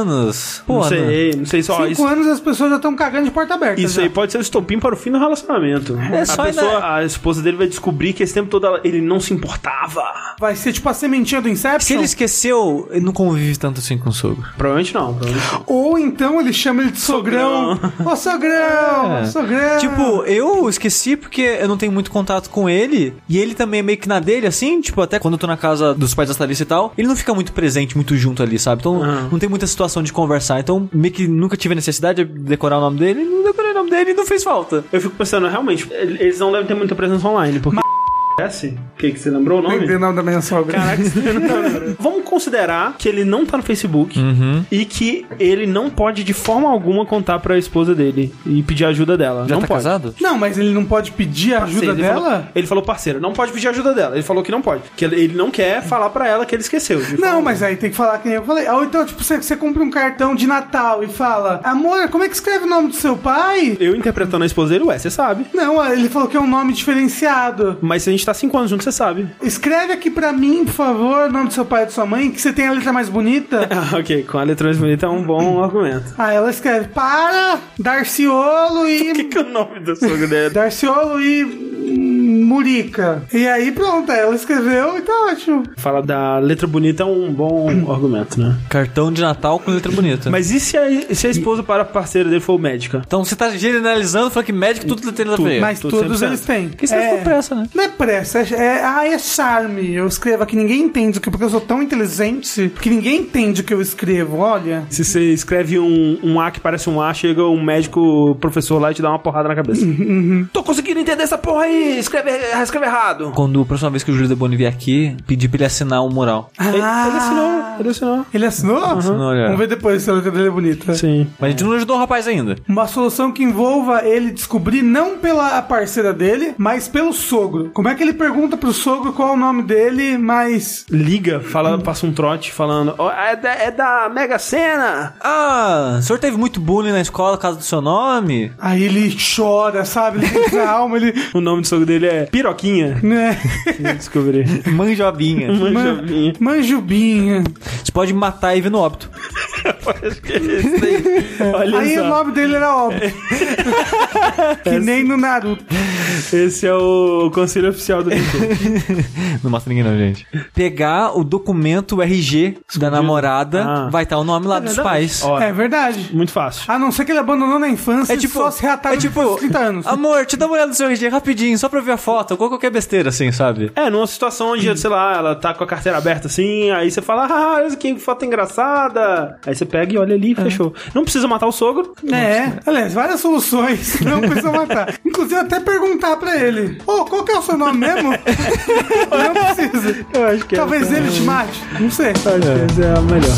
Speaker 4: anos. né? Pô,
Speaker 2: Ah. não
Speaker 4: Ana,
Speaker 2: sei, não sei só.
Speaker 1: 5
Speaker 2: isso-
Speaker 1: anos as pessoas já estão cagando de porta aberta.
Speaker 2: Isso
Speaker 1: já.
Speaker 2: aí pode ser o estopim para o fim do relacionamento. a
Speaker 4: só
Speaker 2: pessoa,
Speaker 4: ainda-
Speaker 2: a esposa dele vai descobrir que esse tempo todo ela- ele não se importava.
Speaker 1: Vai ser tipo a sementinha do Inception.
Speaker 4: Se ele esqueceu, ele não convive tanto assim com o sogro.
Speaker 2: Provavelmente não. provavelmente não.
Speaker 1: Ou então ele chama ele de sogrão. Ô sogrão,
Speaker 4: É.
Speaker 1: sogrão.
Speaker 4: Tipo, eu esqueci porque eu não tenho muito contato com ele. E ele também é meio que na dele, assim. Tipo, até quando eu tô na casa dos pais da Thalissa e tal, ele não fica muito presente, muito junto ali, sabe? Então
Speaker 2: Aham.
Speaker 4: não tem muita situação de conversar. Então meio que nunca tive necessidade de decorar o nome dele. Não decorei o nome dele e não fez falta.
Speaker 2: Eu fico pensando, realmente, eles não devem ter muita presença online, porque. Acontece? O que, que você lembrou o nome?
Speaker 1: Lembrei o nome da minha sogra.
Speaker 2: Caraca, você não tá lembrando. Vamos considerar que ele não tá no Facebook
Speaker 4: Hum.
Speaker 2: e que ele não pode de forma alguma contar pra esposa dele e pedir ajuda dela.
Speaker 4: Já
Speaker 2: não
Speaker 4: tá
Speaker 2: pode.
Speaker 4: casado?
Speaker 1: Não, mas ele não pode pedir a ajuda
Speaker 2: Parceiro, ele
Speaker 1: dela?
Speaker 2: falou- ele falou parceiro, não pode pedir ajuda dela. Ele falou que não pode. Que ele- ele não quer falar pra ela que ele esqueceu. de forma
Speaker 1: Não, mas aí tem que falar que nem eu falei. Ou então, tipo, você, você compra um cartão de Natal e fala: Amor, como é que escreve o nome do seu pai?
Speaker 2: Eu interpretando a esposa dele, ué, você sabe.
Speaker 1: Não, ele falou que é um nome diferenciado.
Speaker 2: Mas se a gente tá cinco anos junto, você sabe.
Speaker 1: Escreve aqui pra mim, por favor, o nome do seu pai e da sua mãe, que você tem a letra mais bonita.
Speaker 2: Ah, ok, com a letra mais bonita é um bom argumento.
Speaker 1: Aí ela escreve: Para, Darciolo e.
Speaker 2: O que, que é o nome da sogra dela?
Speaker 1: Darciolo e hum, Murica. E aí, pronto, aí ela escreveu e tá ótimo.
Speaker 2: Falar da letra bonita é um bom argumento, né?
Speaker 4: Cartão de Natal com letra bonita.
Speaker 2: Mas e se a, e se a esposa para a parceira dele for médica?
Speaker 4: Então você tá generalizando, falando que médico É, tudo tem nada a
Speaker 2: Tudo.
Speaker 4: ver.
Speaker 1: Mas
Speaker 2: tô
Speaker 1: todos
Speaker 2: 100%.
Speaker 1: eles têm.
Speaker 4: Porque você é.
Speaker 1: é...
Speaker 4: ficou pressa, né?
Speaker 1: Não é pressa, é, é, ah, é charme. Eu escrevo aqui, ninguém entende o que, porque eu sou tão inteligente que ninguém entende o que eu escrevo, olha.
Speaker 2: Se você escreve um, um A que parece um A, chega um médico professor lá e te dá uma porrada na cabeça. Tô conseguindo entender essa porra aí! Escreve, escreve errado!
Speaker 4: Quando a próxima vez que o Júlio Deboni vier aqui, pedi pra ele assinar um mural.
Speaker 2: Ah. Ele, ele assinou, Ele assinou.
Speaker 1: Ele assinou?
Speaker 4: Assinou, olha.
Speaker 1: Vamos ver depois se a letra dele é bonita.
Speaker 2: Sim.
Speaker 4: Mas a gente não ajudou o rapaz ainda.
Speaker 1: Uma solução que envolva ele descobrir não pela parceira dele, mas pelo sogro. Como é que ele pergunta pro sogro qual é o nome dele, mas.
Speaker 2: Liga, fala, passa um trote falando: "Ó, é, da, é da Mega Sena!
Speaker 4: Ah, o senhor teve muito bullying na escola por causa do seu nome?
Speaker 1: Aí ele chora, sabe? Ele entra na alma, ele.
Speaker 2: O nome do sogro dele é Piroquinha.
Speaker 1: Né?
Speaker 2: Eu Descobri.
Speaker 4: Manjobinha.
Speaker 2: Manjobinha.
Speaker 1: Manjubinha.
Speaker 4: Você pode matar e vir no óbito.
Speaker 2: Olha
Speaker 1: Aí
Speaker 2: só.
Speaker 1: o nome dele era óbvio.
Speaker 2: É.
Speaker 1: que nem no Naruto.
Speaker 2: Esse é o conselho oficial do Nintendo.
Speaker 4: Não mata ninguém não, gente. Pegar o documento RG da namorada,
Speaker 2: Ah.
Speaker 4: vai estar o nome lá dos pais.
Speaker 2: Ó,
Speaker 1: É verdade.
Speaker 2: muito fácil.
Speaker 1: A não ser que ele abandonou na infância
Speaker 4: É
Speaker 1: e
Speaker 4: tipo,
Speaker 1: só se reataram
Speaker 4: é tipo,
Speaker 1: depois dos 30 anos.
Speaker 4: amor, te dá uma olhada no seu RG rapidinho, só pra eu ver a foto, ou qualquer besteira assim, sabe?
Speaker 2: É, numa situação onde, sei lá, ela tá com a carteira aberta assim, aí você fala, ah, olha que foto engraçada. Aí você pega e olha ali e fechou. Não precisa matar o sogro.
Speaker 1: É, aliás, várias soluções não precisa matar. Inclusive até perguntar pra ele. Ô, qual que é o seu nome mesmo? não precisa.
Speaker 2: Eu acho que é.
Speaker 1: Talvez ele te mate. Não sei.
Speaker 2: Talvez é a melhor.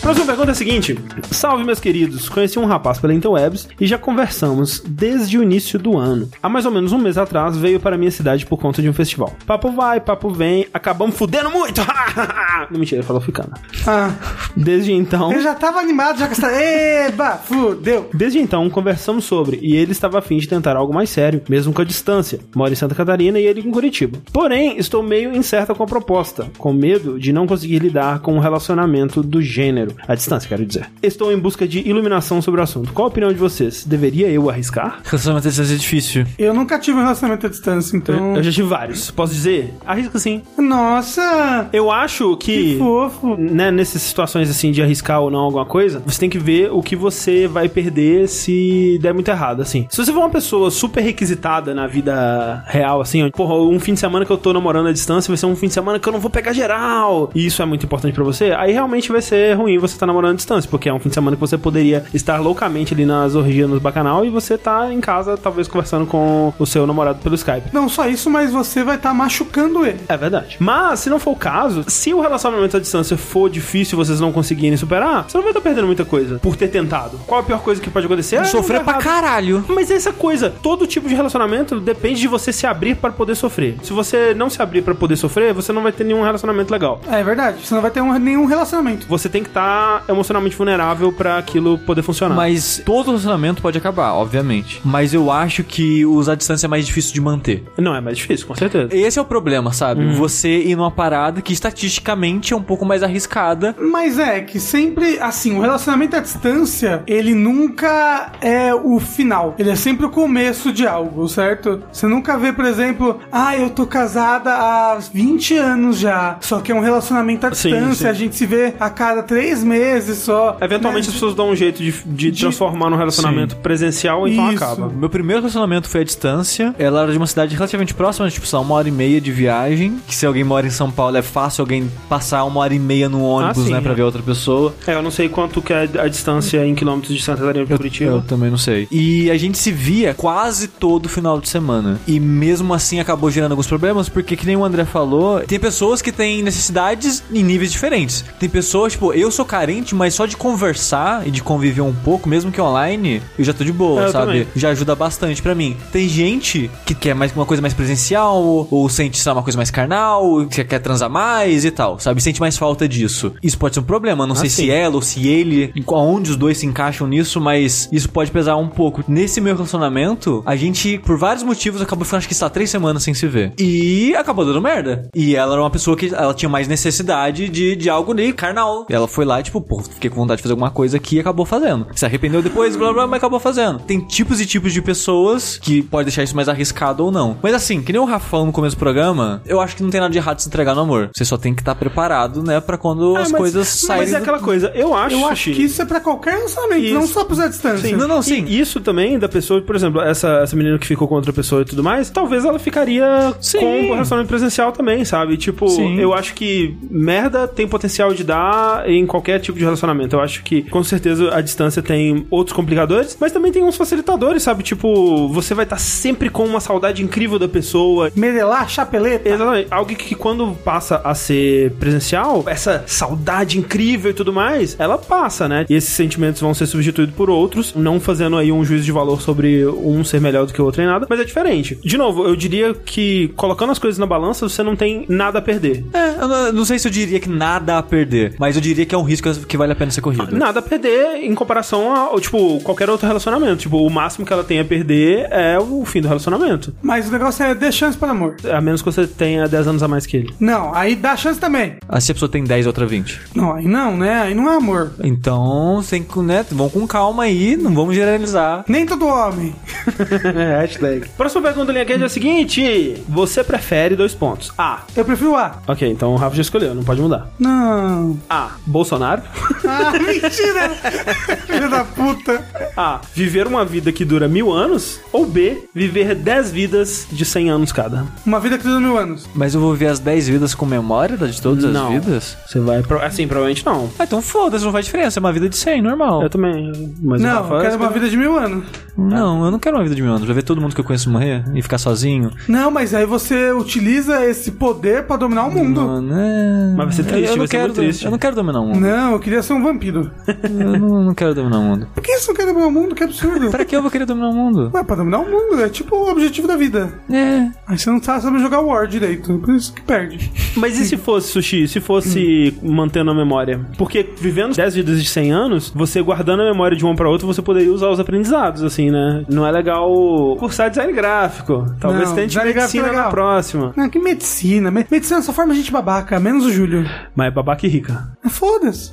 Speaker 2: Próxima pergunta é a seguinte: Salve, meus queridos. Conheci um rapaz pela Interwebs e já conversamos desde o início do ano. Há mais ou menos um mês atrás veio para minha cidade por conta de um festival. Papo vai, papo vem, acabamos fudendo muito! Não, mentira, ele falou ficando.
Speaker 1: Ah,
Speaker 2: Desde então.
Speaker 1: ele já tava animado, já que está. Eba, fudeu.
Speaker 2: Desde então, conversamos sobre, e ele estava afim de tentar algo mais sério, mesmo com a distância. Moro em Santa Catarina e ele em Curitiba. Porém, estou meio incerta com a proposta, com medo de não conseguir lidar com um relacionamento do gênero. A distância, quero dizer. Estou em busca de iluminação sobre o assunto. Qual a opinião de vocês? Deveria eu arriscar?
Speaker 4: Relacionamento à distância é difícil.
Speaker 1: Eu nunca tive um relacionamento à distância, então.
Speaker 2: Eu já tive vários. Posso dizer? Arrisca sim.
Speaker 1: Nossa!
Speaker 2: Eu acho que.
Speaker 1: Que fofo.
Speaker 2: Né, nessas situações assim de arriscar ou não alguma coisa, você tem que ver o que você vai perder se der muito errado, assim. Se você for uma pessoa super requisitada na vida real, assim, onde, porra, um fim de semana que eu tô namorando à distância vai ser um fim de semana que eu não vou pegar geral, e isso é muito importante pra você, aí realmente vai ser ruim você tá namorando à distância, porque é um fim de semana que você poderia estar loucamente ali nas orgias nos bacanal e você tá em casa, talvez conversando com o seu namorado pelo Skype.
Speaker 1: Não só isso, mas você vai estar machucando ele.
Speaker 2: É verdade. Mas, se não for o caso, se o relacionamento à distância for difícil e vocês não conseguirem superar, você não vai estar perdendo muita coisa por ter tentado. Qual a pior coisa que pode acontecer? É
Speaker 4: Sofrer
Speaker 2: não dar
Speaker 4: pra
Speaker 2: errado.
Speaker 4: caralho.
Speaker 2: Mas é essa coisa, todo tipo de relacionamento depende de você se abrir para poder sofrer. Se você não se abrir para poder sofrer, você não vai ter nenhum relacionamento legal.
Speaker 1: É verdade, você não vai ter um- nenhum relacionamento.
Speaker 2: Você tem que estar emocionalmente vulnerável para aquilo poder funcionar.
Speaker 4: Mas Ah. todo relacionamento pode acabar, obviamente. Mas eu acho que usar a distância é mais difícil de manter.
Speaker 2: Não, é mais difícil, com certeza.
Speaker 4: Esse é o problema, sabe? Você ir numa parada que estatisticamente é um pouco mais arriscada.
Speaker 1: Mas é que sempre, assim, o relacionamento à distância, ele nunca é o final. Ele é sempre o começo de algo, certo? Você nunca vê, por exemplo, ah, eu tô casada há 20 anos já. Só que é um relacionamento à
Speaker 2: Sim,
Speaker 1: distância,
Speaker 2: sim.
Speaker 1: a gente se vê a cada três meses só.
Speaker 2: Eventualmente as
Speaker 1: Né?
Speaker 2: pessoas dão um jeito de, de,
Speaker 1: de-
Speaker 2: transformar num relacionamento presencial, então
Speaker 1: Isso.
Speaker 2: acaba.
Speaker 4: Meu primeiro relacionamento foi à distância. Ela era de uma cidade relativamente próxima, tipo, só uma hora e meia de viagem. Que se alguém mora em São Paulo é fácil alguém passar uma hora e meia no ônibus,
Speaker 2: sim,
Speaker 4: né, pra
Speaker 2: é.
Speaker 4: ver outra pessoa.
Speaker 2: É, eu não sei quanto que é a distância em quilômetros de Santa Catarina para Curitiba.
Speaker 4: Eu também não sei. E a gente se via quase todo final de semana. E mesmo assim acabou gerando alguns problemas, porque que nem o André falou, tem pessoas que têm necessidades em níveis diferentes. Tem pessoas, tipo, eu sou carente, mas só de conversar e de conviver um pouco, mesmo que online, eu já tô de boa,
Speaker 2: É, eu
Speaker 4: sabe?
Speaker 2: também.
Speaker 4: Já ajuda bastante pra mim. Tem gente que quer mais uma coisa mais presencial, ou sente sabe, uma coisa mais carnal, que quer transar mais e tal, sabe? Sente mais falta disso. Isso pode ser um problema, não sei
Speaker 2: Ah, sim.
Speaker 4: se ela ou se ele, aonde os dois se encaixam nisso, mas isso pode pesar um pouco. Nesse meu relacionamento, a gente, por vários motivos, acabou ficando, acho que está três semanas sem se ver. E acabou dando merda. E ela era uma pessoa que ela tinha mais necessidade de, de algo ali, carnal. E ela foi lá e, tipo, pô, fiquei com vontade de fazer alguma coisa aqui e acabou fazendo. Se arrependeu depois, blá blá, mas acabou fazendo. Tem tipos e tipos de pessoas que pode deixar isso mais arriscado ou não. Mas assim, que nem o Rafão no começo do programa, eu acho que não tem nada de errado de se entregar no amor. Você só tem que estar preparado, né, pra quando
Speaker 2: Ah,
Speaker 4: as
Speaker 2: mas-
Speaker 4: coisas saírem.
Speaker 2: Mas é
Speaker 4: do-
Speaker 2: aquela coisa, eu acho,
Speaker 1: Eu acho
Speaker 2: Sushi,
Speaker 1: que isso é pra qualquer lançamento, não
Speaker 2: Isso.
Speaker 1: só pros à distância.
Speaker 2: Sim.
Speaker 4: Não, não, sim.
Speaker 2: E isso também da pessoa, por exemplo, essa, essa menina que ficou com outra pessoa e tudo mais, talvez ela ficaria
Speaker 4: Sim.
Speaker 2: com o relacionamento presencial também, sabe? Tipo,
Speaker 4: Sim.
Speaker 2: eu acho que merda tem potencial de dar em qualquer tipo de relacionamento. Eu acho que, com certeza, a distância tem outros complicadores, mas também tem uns facilitadores, sabe? Tipo, você vai estar sempre com uma saudade incrível da pessoa.
Speaker 1: Merelar, chapeleta.
Speaker 2: Exatamente. Algo que quando passa a ser presencial, essa saudade incrível e tudo mais, ela passa, né? E esses sentimentos vão ser substituídos por outros, não fazendo aí um juízo de valor sobre um ser melhor do que o outro nem nada, mas é diferente. De novo, eu diria que colocando as coisas na balança, você não tem nada a perder.
Speaker 4: É, eu não, eu não sei se eu diria que nada a perder, mas eu diria que é um risco que vale a pena ser corrido.
Speaker 2: Nada a perder em comparação a, ou, tipo, qualquer outro relacionamento. Tipo, o máximo que ela tem a perder é o fim do relacionamento.
Speaker 1: Mas o negócio é dê chance para o amor.
Speaker 2: A menos que você tenha 10 anos a mais que ele.
Speaker 1: Não, aí dá chance também.
Speaker 4: Ah, se a pessoa tem 10, outra 20.
Speaker 1: Não, aí não, né? Aí não é amor.
Speaker 4: Então, tem que, né, vão com calma aí, não vamos generalizar.
Speaker 1: Nem todo homem.
Speaker 2: Hashtag. Próxima pergunta do Linha Quente é a seguinte: Você prefere dois pontos? A.
Speaker 1: Eu prefiro A.
Speaker 2: Ok, então o Rafa já escolheu, não pode mudar.
Speaker 1: Não.
Speaker 2: A. Bolsonaro.
Speaker 1: Ah, mentira! Filho da puta.
Speaker 2: A. Viver uma vida que dura mil anos. Ou B. Viver 10 vidas de 100 anos cada.
Speaker 1: Uma vida que dura mil anos.
Speaker 4: Mas eu vou ver as 10 vidas com memória da- de todas
Speaker 2: Não.
Speaker 4: as vidas?
Speaker 2: Você vai. pro- Assim, provavelmente não.
Speaker 4: Ah, então foda-se, não faz diferença, é uma vida de 100, normal.
Speaker 2: Eu também. Mas o
Speaker 1: Não,
Speaker 2: Rafa
Speaker 1: eu quero uma
Speaker 2: escolheu.
Speaker 1: vida de mil anos.
Speaker 4: Não,
Speaker 2: é.
Speaker 4: eu não quero uma vida de mil anos, vai ver todo mundo que eu conheço morrer e ficar sozinho.
Speaker 1: Não, mas aí você utiliza esse poder pra dominar o mundo.
Speaker 4: Não, né?
Speaker 2: Uh. Mas vai ser triste,
Speaker 4: eu, eu não
Speaker 2: vai ser
Speaker 4: quero,
Speaker 2: muito triste.
Speaker 4: Eu não quero dominar o mundo.
Speaker 1: Não, eu queria ser um vampiro.
Speaker 4: Eu não, não quero dominar o mundo.
Speaker 1: Por que isso não quer dominar o mundo? Que absurdo.
Speaker 4: Pra que eu vou querer dominar o mundo?
Speaker 1: Ué, pra dominar o mundo, é tipo o objetivo da vida.
Speaker 4: É.
Speaker 1: Aí você não tá sabendo jogar War direito, por isso que perde.
Speaker 2: Mas e se fosse, Sushi? Se fosse mantendo a memória? Porque vivendo 10 vidas de 100 anos, você guardando a memória de uma pra outra, você poderia usar os aprendizados, assim, né? Não é legal cursar design gráfico. Talvez
Speaker 1: Não,
Speaker 2: tente
Speaker 1: design gráfico é
Speaker 2: medicina na
Speaker 1: legal.
Speaker 2: próxima.
Speaker 1: Não, que medicina. Me- Medicina é só forma gente babaca, menos o Júlio.
Speaker 2: Mas é babaca e rica.
Speaker 1: Foda-se.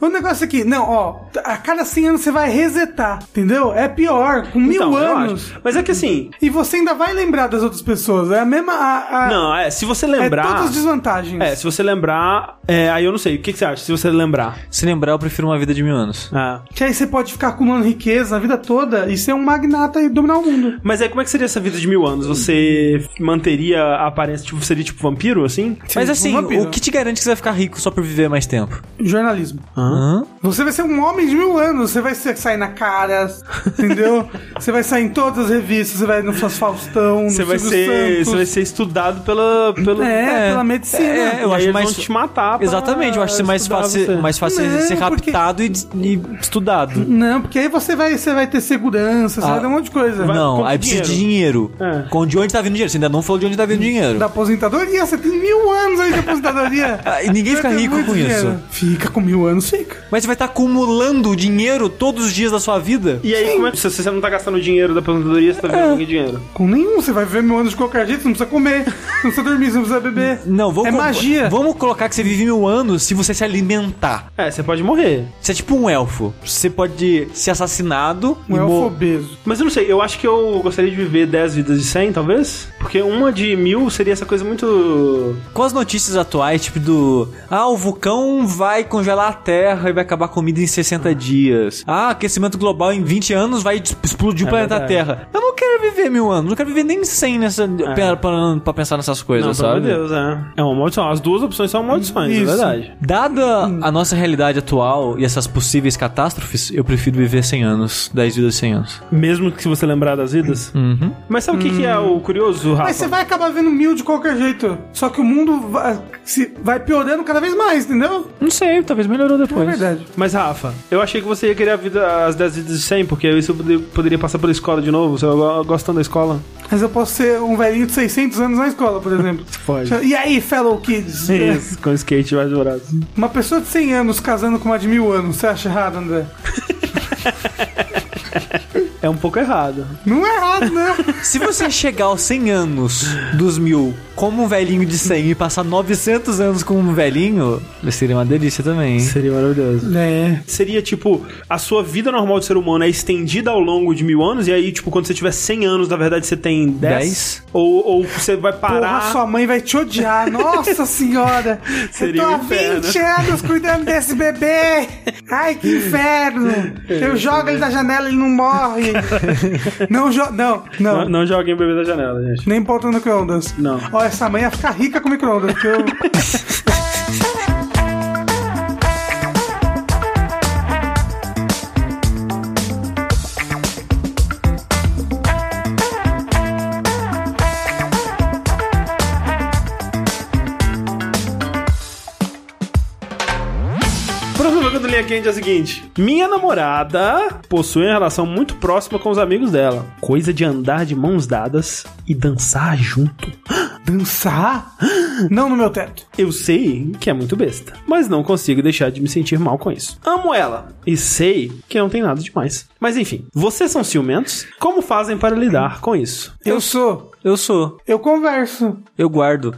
Speaker 1: o negócio aqui, não, ó, a cada 100 anos você vai resetar, entendeu? É pior, com mil
Speaker 2: Então, eu
Speaker 1: anos.
Speaker 2: acho. Mas é que assim,
Speaker 1: E você ainda vai lembrar das outras pessoas. É a mesma.
Speaker 4: Ah,
Speaker 1: A, a-
Speaker 2: Não, é, se você
Speaker 1: é
Speaker 2: lembrar.
Speaker 1: todas as desvantagens.
Speaker 2: É, se você lembrar. É, aí eu não sei. O que, que você acha? Se você lembrar.
Speaker 4: Se lembrar, eu prefiro uma vida de mil anos.
Speaker 2: Ah.
Speaker 1: Que aí você pode ficar acumulando riqueza a vida toda e ser um magnata e dominar o mundo.
Speaker 2: Mas aí como é que seria essa vida de mil anos? Você manteria a aparência, tipo, seria tipo vampiro, assim?
Speaker 4: Mas assim,
Speaker 1: um vampiro.
Speaker 4: o que te garante que você vai ficar rico só por viver mais tempo?
Speaker 1: Jornalismo.
Speaker 4: Hã?
Speaker 1: Você vai ser um homem de mil anos, você vai ser, sair na cara, entendeu? você vai sair em todas as revistas, você vai no Fãs Faustão, no
Speaker 2: Você vai,
Speaker 1: Silvio
Speaker 2: ser,
Speaker 1: Santos.
Speaker 2: você vai ser estudado pela. pela
Speaker 1: É, pela medicina.
Speaker 4: É, eu
Speaker 2: e aí
Speaker 4: acho
Speaker 2: eles
Speaker 4: mais.
Speaker 2: vão te matar pra
Speaker 4: Exatamente, eu acho que é mais
Speaker 2: estudar
Speaker 4: fácil,
Speaker 2: você.
Speaker 4: mais fácil
Speaker 1: Não,
Speaker 4: ser
Speaker 1: porque-
Speaker 4: raptado e, des- e estudado.
Speaker 1: Não, porque aí você vai, você vai ter segurança, você
Speaker 4: Ah,
Speaker 1: vai ter um monte de coisa.
Speaker 2: com
Speaker 4: não,
Speaker 2: que
Speaker 4: aí precisa de dinheiro.
Speaker 2: É.
Speaker 4: Com de onde tá vindo dinheiro? Você ainda não falou de onde tá vindo dinheiro.
Speaker 1: Da aposentadoria, você tem mil anos aí de aposentadoria.
Speaker 4: Ah, E ninguém
Speaker 1: Você
Speaker 4: fica
Speaker 1: tem
Speaker 4: rico
Speaker 1: é muito
Speaker 4: com
Speaker 1: dinheiro.
Speaker 4: isso.
Speaker 1: Fica com mil anos, fica.
Speaker 4: Mas você vai estar acumulando dinheiro todos os dias da sua vida?
Speaker 2: E aí, como é que, se você não tá gastando dinheiro da aposentadoria, você tá
Speaker 4: É.
Speaker 2: vivendo com que dinheiro?
Speaker 1: Com nenhum, você vai viver mil anos de qualquer jeito, você não precisa comer, você não precisa dormir, você não precisa beber.
Speaker 4: Não, vamos
Speaker 1: É
Speaker 4: co-
Speaker 1: magia.
Speaker 4: Vamos colocar que você vive mil anos se você se alimentar.
Speaker 2: É, você pode morrer.
Speaker 4: Você é tipo um elfo. Você pode ser assassinado
Speaker 1: Um
Speaker 4: e
Speaker 1: elfo
Speaker 4: mo-
Speaker 1: obeso.
Speaker 2: Mas eu não sei, eu acho que eu gostaria de viver 10 vidas de 100, talvez. Porque uma de mil seria essa coisa muito.
Speaker 4: Com as notícias atuais, tipo do. Ah, o vulcão vai congelar a terra e vai acabar a comida em 60 dias. Ah, aquecimento global em 20 anos vai es- explodir o
Speaker 2: É
Speaker 4: planeta
Speaker 2: verdade.
Speaker 4: Terra. Eu não quero viver mil anos, não quero viver nem 100 nessa, pra, pra- pra pensar nessas
Speaker 2: É.
Speaker 4: coisas,
Speaker 2: Não, pelo
Speaker 4: sabe?
Speaker 2: amor de Deus, é. É uma maldição. As duas opções são maldições,
Speaker 1: Isso.
Speaker 2: é verdade. Hum.
Speaker 4: Dada a nossa realidade atual e essas possíveis catástrofes, eu prefiro viver 100 anos, 10 vidas 100 anos.
Speaker 2: Mesmo que se você lembrar das vidas.
Speaker 4: Uhum.
Speaker 2: Mas sabe o que, que é o curioso, Rafa?
Speaker 1: Mas você vai acabar vendo mil de qualquer jeito. Só que o mundo vai, se- vai piorando cada vez mais, entendeu?
Speaker 4: Não sei, talvez melhorou
Speaker 1: É
Speaker 4: depois.
Speaker 1: verdade.
Speaker 2: Mas, Rafa, eu achei que você ia querer a vida, as 10 vidas de 100, porque isso eu poder- poderia passar pela escola de novo, você go- gostando da escola.
Speaker 1: Mas eu posso ser um velhinho de 600 anos na escola, por exemplo.
Speaker 2: Pode.
Speaker 1: E aí, fellow kids?
Speaker 2: Isso, com skate mais dourado.
Speaker 1: Uma pessoa de 100 anos casando com uma de mil anos, você acha errado, André?
Speaker 2: É um pouco errado.
Speaker 1: Não é errado, né?
Speaker 4: Se você chegar aos 100 anos dos mil como um velhinho de 100 e passar 900 anos com um velhinho, seria uma delícia também, hein?
Speaker 2: Seria maravilhoso.
Speaker 1: É.
Speaker 2: Seria tipo, a sua vida normal de ser humano é estendida ao longo de mil anos, e aí, tipo, quando você tiver 100 anos, na verdade você tem 10?
Speaker 4: Dez?
Speaker 2: Ou, ou você vai parar.
Speaker 1: Porra, sua mãe vai te odiar. Nossa senhora.
Speaker 2: Seria
Speaker 1: eu tô
Speaker 2: um
Speaker 1: há
Speaker 2: inferno.
Speaker 1: 20 anos cuidando desse bebê. Ai, que inferno. Eu jogo ele da janela, ele não morre. Não, jo- não, não.
Speaker 2: Não, não joguem o bebê da janela, gente.
Speaker 1: Nem ponto no micro-ondas.
Speaker 2: Não.
Speaker 1: Ó, essa mãe ia ficar rica com micro-ondas, porque eu...
Speaker 2: Próximo jogo do Linha Quente é o seguinte: Minha namorada possui uma relação muito próxima com os amigos dela. Coisa de andar de mãos dadas e dançar junto.
Speaker 1: Dançar? Não no meu teto.
Speaker 2: Eu sei que é muito besta, mas não consigo deixar de me sentir mal com isso. Amo ela e sei que não tem nada demais. Mas enfim, vocês são ciumentos? Como fazem para lidar com isso?
Speaker 1: Eu sou.
Speaker 4: Eu sou,
Speaker 1: Eu converso.
Speaker 4: eu guardo.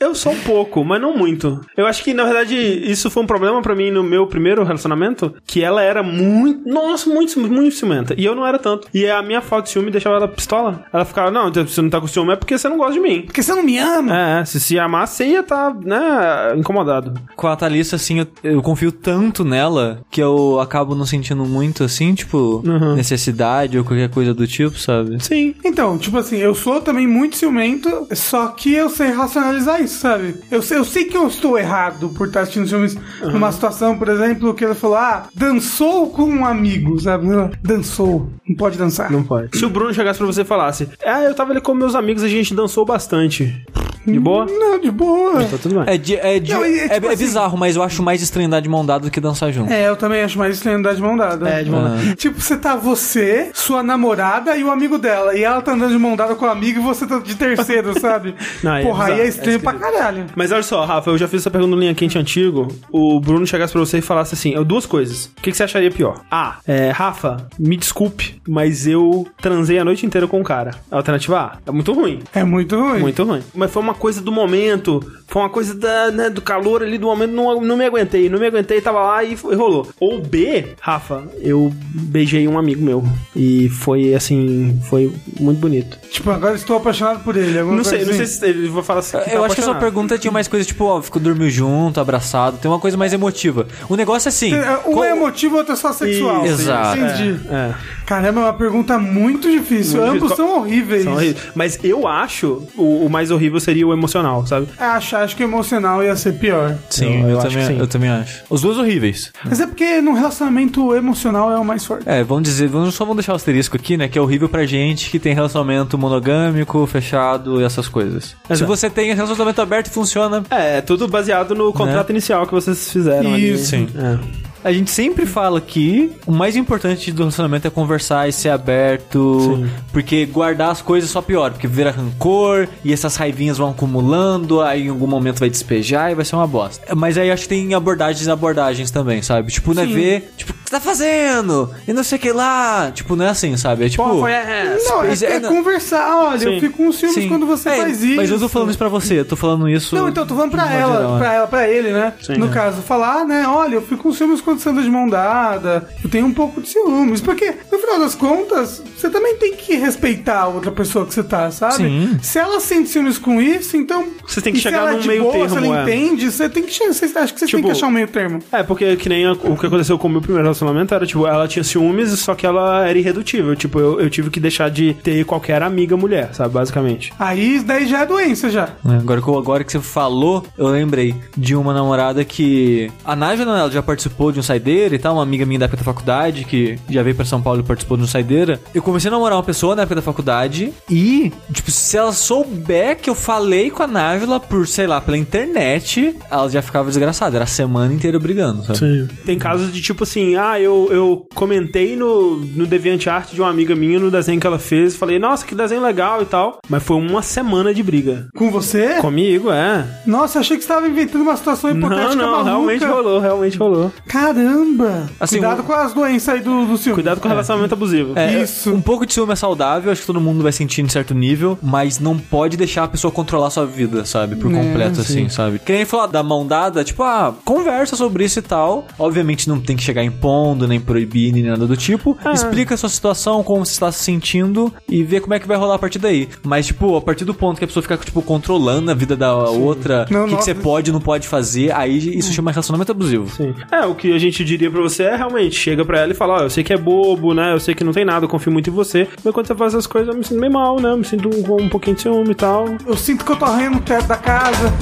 Speaker 2: Eu sou um pouco, mas não muito. Eu acho que na verdade isso foi um problema pra mim no meu primeiro relacionamento, que ela era muito, nossa, muito, muito ciumenta e eu não era tanto. E a minha falta de ciúme deixava ela pistola. Ela ficava, não, você não tá com ciúme é porque você não gosta de mim.
Speaker 1: Porque você não me ama.
Speaker 2: É, é, se se amar, você ia tá, né, incomodado.
Speaker 4: Com a Thalissa, assim, eu, eu confio tanto nela que eu acabo não sentindo muito, assim, tipo, necessidade ou qualquer coisa do tipo, sabe?
Speaker 2: Sim.
Speaker 1: Então, tipo assim, eu sou também muito ciumento, só que eu sei racionalizar isso, sabe? Eu sei, eu sei que eu estou errado por estar assistindo filmes numa situação, por exemplo, que ele falou, ah, dançou com um amigo, sabe? Dançou. Não pode dançar.
Speaker 2: Não pode. Se o Bruno chegasse pra você e falasse, ah, eu tava ali com meus amigos, a gente dançou bastante. De boa?
Speaker 1: Não, de boa.
Speaker 2: Tá tudo bem.
Speaker 4: É, de, é, de,
Speaker 1: Não, e é
Speaker 4: é,
Speaker 1: tipo
Speaker 4: é
Speaker 1: assim-
Speaker 4: bizarro, mas eu acho mais estranho dar de mão dada do que dançar junto.
Speaker 1: É, eu também acho mais estranho andar de mão dada. É, de
Speaker 4: mão dada.
Speaker 1: Tipo, você tá você, sua namorada e o amigo dela. E ela tá andando de mão dada com o amigo e você tá de terceiro, sabe?
Speaker 2: Não, é
Speaker 1: Porra, aí é
Speaker 2: bizarro,
Speaker 1: estranho
Speaker 2: é
Speaker 1: pra caralho.
Speaker 2: Mas olha só, Rafa, eu já fiz essa pergunta no Linha Quente Antigo. O Bruno chegasse pra você e falasse assim: "Eu- duas coisas. O que, que você acharia pior? A. É, Rafa, me desculpe, mas eu transei a noite inteira com um cara. Alternativa A. É muito ruim.
Speaker 1: É muito ruim.
Speaker 2: Muito ruim. Mas foi uma coisa do momento. Foi uma coisa da, né, do calor ali do momento. Não, não me aguentei. Não me aguentei, tava lá e, foi- rolou. Ou B, Rafa, eu beijei um amigo meu. E foi assim. Foi muito bonito.
Speaker 1: Tipo, agora estou apaixonado por ele. alguma
Speaker 2: Não sei,
Speaker 1: coisa
Speaker 2: não sei
Speaker 1: assim.
Speaker 2: se ele vai falar assim.
Speaker 4: Eu acho É, que a sua pergunta tinha mais coisa, tipo, ó, ficou dormiu junto, abraçado, tem uma coisa mais emotiva. O negócio é assim.
Speaker 1: É, Um
Speaker 4: qual-
Speaker 1: é emotivo, outro é só sexual.
Speaker 4: Isso, exato.
Speaker 1: Entendi.
Speaker 2: É.
Speaker 1: Caramba, é uma pergunta muito difícil.
Speaker 2: Muito
Speaker 1: Ambos
Speaker 2: difícil.
Speaker 1: são horríveis.
Speaker 2: São horríveis. Mas eu acho o, o mais horrível seria o emocional, sabe?
Speaker 1: Acho, É, acho que emocional ia ser pior.
Speaker 2: Sim,
Speaker 4: eu,
Speaker 2: eu acho
Speaker 4: também,
Speaker 2: que sim.
Speaker 4: eu também acho. Os dois horríveis.
Speaker 1: Mas é porque num relacionamento emocional é o mais forte.
Speaker 4: É, vamos dizer, vamos, só vamos deixar o asterisco aqui, né? Que é horrível pra gente que tem relacionamento monogâmico, fechado e essas coisas. Se
Speaker 2: Exato.
Speaker 4: você tem relacionamento aberto e funciona,
Speaker 2: É, tudo baseado no contrato inicial que vocês fizeram
Speaker 1: Isso.
Speaker 2: ali. É.
Speaker 4: Sim. a gente sempre fala que o mais importante do relacionamento é conversar e ser aberto,
Speaker 2: Sim.
Speaker 4: porque guardar as coisas só piora, porque vira rancor e essas raivinhas vão acumulando, aí em algum momento vai despejar e vai ser uma bosta. Mas aí acho que tem abordagens e abordagens também, sabe? Tipo, não é ver, tipo, o que você tá fazendo? E não sei o que lá. Tipo, não é assim, sabe? É tipo.
Speaker 2: Pô, foi essa.
Speaker 1: Não, é,
Speaker 4: Mas é-
Speaker 1: é conversar. Olha, eu
Speaker 2: Sim.
Speaker 1: fico com ciúmes
Speaker 4: Sim.
Speaker 1: quando você
Speaker 4: É,
Speaker 1: faz isso.
Speaker 4: Mas eu tô falando isso pra você, eu tô falando isso.
Speaker 1: Não, então, eu tô falando
Speaker 4: de
Speaker 1: pra
Speaker 4: modo
Speaker 1: ela,
Speaker 4: geral,
Speaker 1: pra
Speaker 4: né?
Speaker 1: ela, pra ele, né?
Speaker 2: é. Sim,
Speaker 1: no
Speaker 2: é.
Speaker 1: caso, falar, né? Olha, eu fico com ciúmes quando você anda de mão dada. Eu tenho um pouco de ciúmes. Porque, no final das contas, você também tem que respeitar a outra pessoa que você tá, sabe?
Speaker 4: Sim.
Speaker 1: Se ela sente ciúmes com isso, então.
Speaker 2: Você tem que
Speaker 1: e se
Speaker 2: chegar
Speaker 1: ela é
Speaker 2: num
Speaker 1: de
Speaker 2: meio
Speaker 1: boa,
Speaker 2: termo,
Speaker 1: Se ela
Speaker 2: é.
Speaker 1: entende, você tem que. che- Você, acho que você tem
Speaker 2: Tipo,
Speaker 1: que achar um meio termo.
Speaker 2: É, porque que nem a- o que aconteceu com o meu primeiro relacionamento era, tipo, ela tinha ciúmes, só que ela era irredutível. Tipo, eu, eu tive que deixar de ter qualquer amiga mulher, sabe? Basicamente.
Speaker 1: Aí, daí já é doença já.
Speaker 4: É, Agora que, eu- agora que você falou, eu lembrei de uma namorada que. A Nájila, né, ela já participou de um saideira e tal, uma amiga minha da época da faculdade, que já veio pra São Paulo e participou de um saideira. Eu comecei a namorar uma pessoa na época da faculdade e, tipo, se ela souber que eu falei com a Nájila por, sei lá, pela internet, ela já ficava desgraçada. Era a semana inteira brigando, sabe?
Speaker 2: Tem casos de tipo assim, ah, eu, eu comentei no, no DeviantArt de uma amiga minha, no desenho que ela fez, falei, nossa, que desenho legal e tal. Mas foi uma semana de briga.
Speaker 1: Com você?
Speaker 2: Comigo, é.
Speaker 1: Nossa, achei que você tava inventando uma situação hipotética
Speaker 2: Não, não,
Speaker 1: maluca.
Speaker 2: realmente rolou, realmente rolou.
Speaker 1: Caramba!
Speaker 4: Assim,
Speaker 1: Cuidado
Speaker 4: o-
Speaker 1: com as doenças aí do, do ciúme.
Speaker 2: Cuidado com o relacionamento abusivo.
Speaker 4: É,
Speaker 1: Isso.
Speaker 4: Um pouco de ciúme é saudável, acho que todo mundo vai sentir em certo nível, mas não pode deixar a pessoa controlar a sua vida, sabe?
Speaker 1: É,
Speaker 4: Por completo, assim, sabe? Que nem falar da mão dada, tipo, ah, conversa sobre isso e tal. Obviamente não tem que chegar impondo, nem proibir, nem nada do tipo.
Speaker 1: Ah.
Speaker 4: Explica a sua situação, como você está se sentindo e vê como é que vai rolar a partir daí. Mas, tipo, a partir do ponto que a pessoa fica, tipo, controlando a vida da outra,
Speaker 1: Não,
Speaker 4: o que, que
Speaker 1: não-
Speaker 4: você pode e não pode fazer, aí isso chama relacionamento abusivo.
Speaker 2: Sim. É, o que a gente diria pra você é realmente, chega pra ela e fala, ó, eu sei que é bobo, né? Eu sei que não tem nada, eu confio muito em você. Mas quando você faz essas coisas, eu me sinto meio mal, né? Eu me sinto com um pouquinho de ciúme e tal.
Speaker 1: Eu sinto que eu tô arranhando o teto da casa.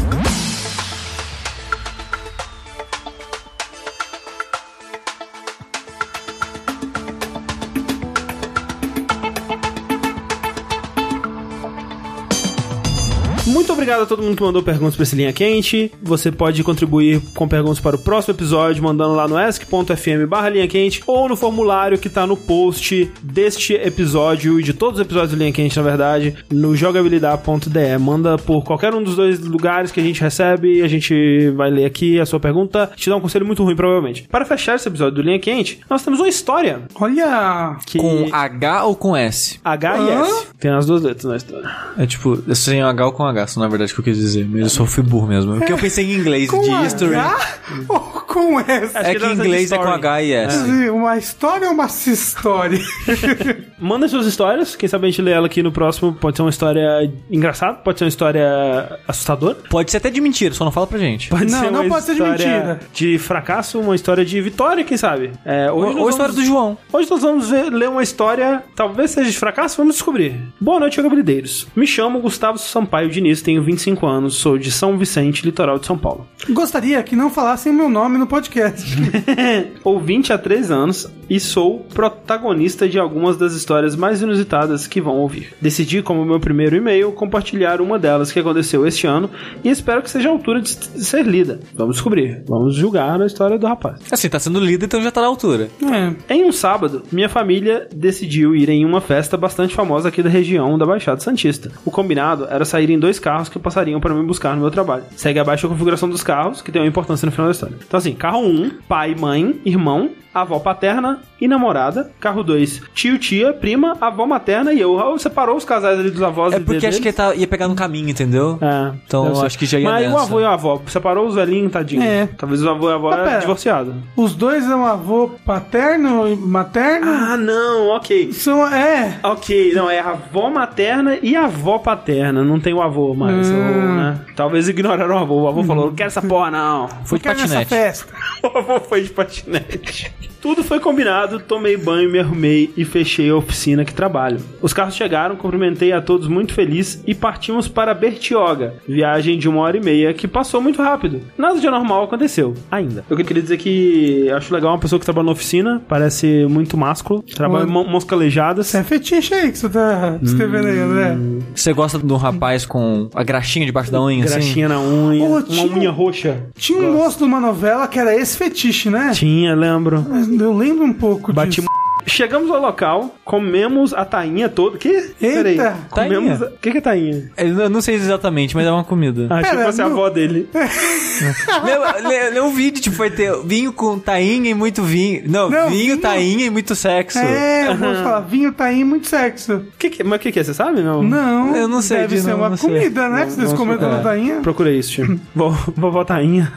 Speaker 2: Muito obrigado a todo mundo que mandou perguntas pra esse Linha Quente. Você pode contribuir com perguntas para o próximo episódio mandando lá no ask.fm barra Linha Quente ou no formulário que tá no post deste episódio e de todos os episódios do Linha Quente, na verdade, no jogabilidade.de. Manda por qualquer um dos dois lugares que a gente recebe, a gente vai ler aqui a sua pergunta, te dá um conselho muito ruim, provavelmente. Para fechar esse episódio do Linha Quente, nós temos uma história
Speaker 1: Olha!
Speaker 2: que...
Speaker 4: Com H ou com S?
Speaker 2: H e S. Tem as duas letras na história.
Speaker 4: É tipo, sem H ou com H, isso não é verdade o que eu quis dizer, mas eu só fui burro mesmo. Porque eu pensei em inglês,
Speaker 1: Com um
Speaker 4: de history.
Speaker 1: H ou com S?
Speaker 2: Acho
Speaker 4: É
Speaker 2: que
Speaker 4: que
Speaker 2: deve
Speaker 4: em
Speaker 2: ser de
Speaker 4: inglês é com
Speaker 2: story.
Speaker 4: H e S.
Speaker 1: Uma história ou uma história?
Speaker 2: Manda suas histórias, quem sabe a gente lê ela aqui no próximo. Pode ser uma história engraçada, pode ser uma história assustadora.
Speaker 4: Pode ser até de mentira, só não fala pra gente.
Speaker 2: Pode
Speaker 1: Não,
Speaker 2: ser
Speaker 1: não
Speaker 2: uma
Speaker 1: pode ser de
Speaker 2: história
Speaker 1: mentira.
Speaker 2: De fracasso, uma história de vitória, quem sabe? É, hoje
Speaker 4: Ou,
Speaker 2: nós
Speaker 4: ou a história
Speaker 2: vamos-
Speaker 4: do João.
Speaker 2: Hoje nós vamos ver- ler uma história, talvez seja de fracasso, vamos descobrir. Boa noite, jogabilideiros. Me chamo Gustavo Sampaio Diniz, tenho 25 anos, sou de São Vicente, litoral de São Paulo.
Speaker 1: Gostaria que não falassem o meu nome no podcast.
Speaker 2: Ouvinte há 3 anos e sou protagonista de algumas das histórias mais inusitadas que vão ouvir. Decidi, como meu primeiro e-mail, compartilhar uma delas que aconteceu este ano e espero que seja a altura de s- de ser lida. Vamos descobrir, vamos julgar a história do rapaz.
Speaker 4: Assim, tá sendo lido, então já tá na altura.
Speaker 1: É.
Speaker 2: Em um sábado, minha família decidiu ir em uma festa bastante famosa aqui da região da Baixada Santista. O combinado era sair em dois carros que passariam para me buscar no meu trabalho. Segue abaixo a configuração dos carros, que tem uma importância no final da história. Então, assim, carro 1, pai, mãe, irmão, avó paterna e namorada. Carro 2, tio, tia, prima, avó materna e eu. Ah, Separou os casais ali dos avós
Speaker 4: É
Speaker 2: e
Speaker 4: porque acho que ele tá- ia pegar no caminho, entendeu?
Speaker 2: é,
Speaker 4: Então,
Speaker 2: deve ser.
Speaker 4: acho que já ia
Speaker 2: Mas o
Speaker 4: nessa. Tá
Speaker 2: avô e a avó, separou os velhinhos, tadinho.
Speaker 1: É.
Speaker 2: Talvez o avô e a avó
Speaker 1: Mas
Speaker 2: era
Speaker 1: pera.
Speaker 2: divorciado.
Speaker 1: Os dois é um avô paterno e materno?
Speaker 2: Ah, não, ok.
Speaker 1: São, é.
Speaker 2: Ok, não, é avó materna e avó paterna. Não tem o avô mais. ou, né? Talvez ignoraram o avô. O avô falou: não quero essa porra, não.
Speaker 4: Foi de
Speaker 1: Ficar nessa
Speaker 4: patinete.
Speaker 1: festa.
Speaker 2: O avô foi de patinete. Tudo foi combinado, tomei banho, me arrumei e fechei a oficina que trabalho. Os carros chegaram, cumprimentei a todos muito feliz e partimos para Bertioga. Viagem de uma hora e meia que passou muito rápido. Nada de anormal aconteceu, ainda. Eu queria dizer que acho legal uma pessoa que trabalha na oficina, parece muito másculo, trabalha
Speaker 1: Olha.
Speaker 2: mão- mãos calejadas.
Speaker 1: Isso é fetiche aí que você tá escrevendo aí, André.
Speaker 4: Você gosta de um rapaz com a graxinha debaixo da unha, assim?
Speaker 2: Graxinha na unha,
Speaker 1: Ô,
Speaker 2: uma
Speaker 1: tinha um-
Speaker 2: unha roxa.
Speaker 1: Tinha um moço de uma novela que era esse fetiche, né?
Speaker 2: Tinha, lembro.
Speaker 1: Eu lembro um pouco
Speaker 2: Bati
Speaker 1: disso.
Speaker 2: Chegamos ao local, comemos a tainha toda. Que? Eita,
Speaker 1: tainha.
Speaker 2: comemos. O a... que, que é tainha?
Speaker 4: assim? Eu não sei exatamente, mas é uma comida.
Speaker 2: Ah, achei
Speaker 1: Pera,
Speaker 2: que fosse a
Speaker 1: não-
Speaker 2: avó dele.
Speaker 4: Leu- leu- Leu um vídeo, tipo, vai ter vinho com tainha e muito vinho. Não,
Speaker 1: Não,
Speaker 4: vinho,
Speaker 1: vinho.
Speaker 4: tainha e muito sexo.
Speaker 1: É, eu vou falar, vinho tá aí muito sexo.
Speaker 2: Que que- mas o que, que é? Você sabe? Não.
Speaker 1: Não,
Speaker 4: Eu não sei,
Speaker 1: deve
Speaker 4: Dino,
Speaker 1: ser uma
Speaker 4: não sei.
Speaker 1: comida, né? Que vocês
Speaker 2: não
Speaker 1: comem
Speaker 2: sei.
Speaker 1: da
Speaker 2: É.
Speaker 1: tainha.
Speaker 2: Procurei isso, time. Vó- Vovó Tainha.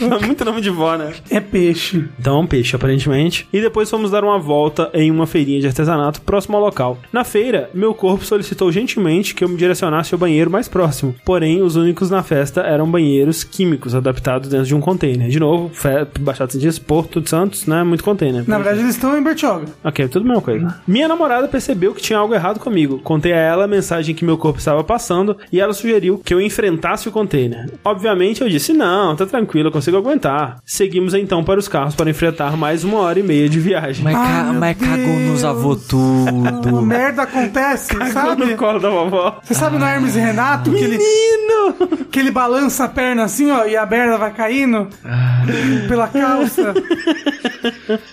Speaker 2: É Muito nome de vó, né?
Speaker 1: É peixe.
Speaker 2: Então, um peixe, aparentemente. E depois fomos dar uma volta em uma feirinha de artesanato próximo ao local. Na feira, meu corpo solicitou gentilmente que eu me direcionasse ao banheiro mais próximo. Porém, os únicos na festa eram banheiros químicos adaptados dentro de um container. De novo, fe- Baixada Santista, Porto de Santos, né? Muito container.
Speaker 1: Na verdade, eles estão em Bertioga.
Speaker 2: Ok, tudo a mesma coisa. Minha namorada percebeu que tinha algo errado comigo. Contei a ela a mensagem que meu corpo estava passando e ela sugeriu que eu enfrentasse o container. Obviamente eu disse: não, tá tranquilo, eu consigo aguentar. Seguimos então para os carros para enfrentar mais uma hora e meia de viagem.
Speaker 4: Mas,
Speaker 1: Ai,
Speaker 4: ca-
Speaker 1: meu
Speaker 4: mas cagou nos
Speaker 1: Deus.
Speaker 4: avô
Speaker 1: Uma
Speaker 4: tudo.
Speaker 1: merda acontece,
Speaker 2: no
Speaker 1: sabe?
Speaker 2: colo da vovó.
Speaker 1: Você sabe no Hermes e Renato que ele,
Speaker 2: Menino!
Speaker 1: que ele
Speaker 2: Ah.
Speaker 1: balança a perna assim, ó, e a merda vai caindo pela calça?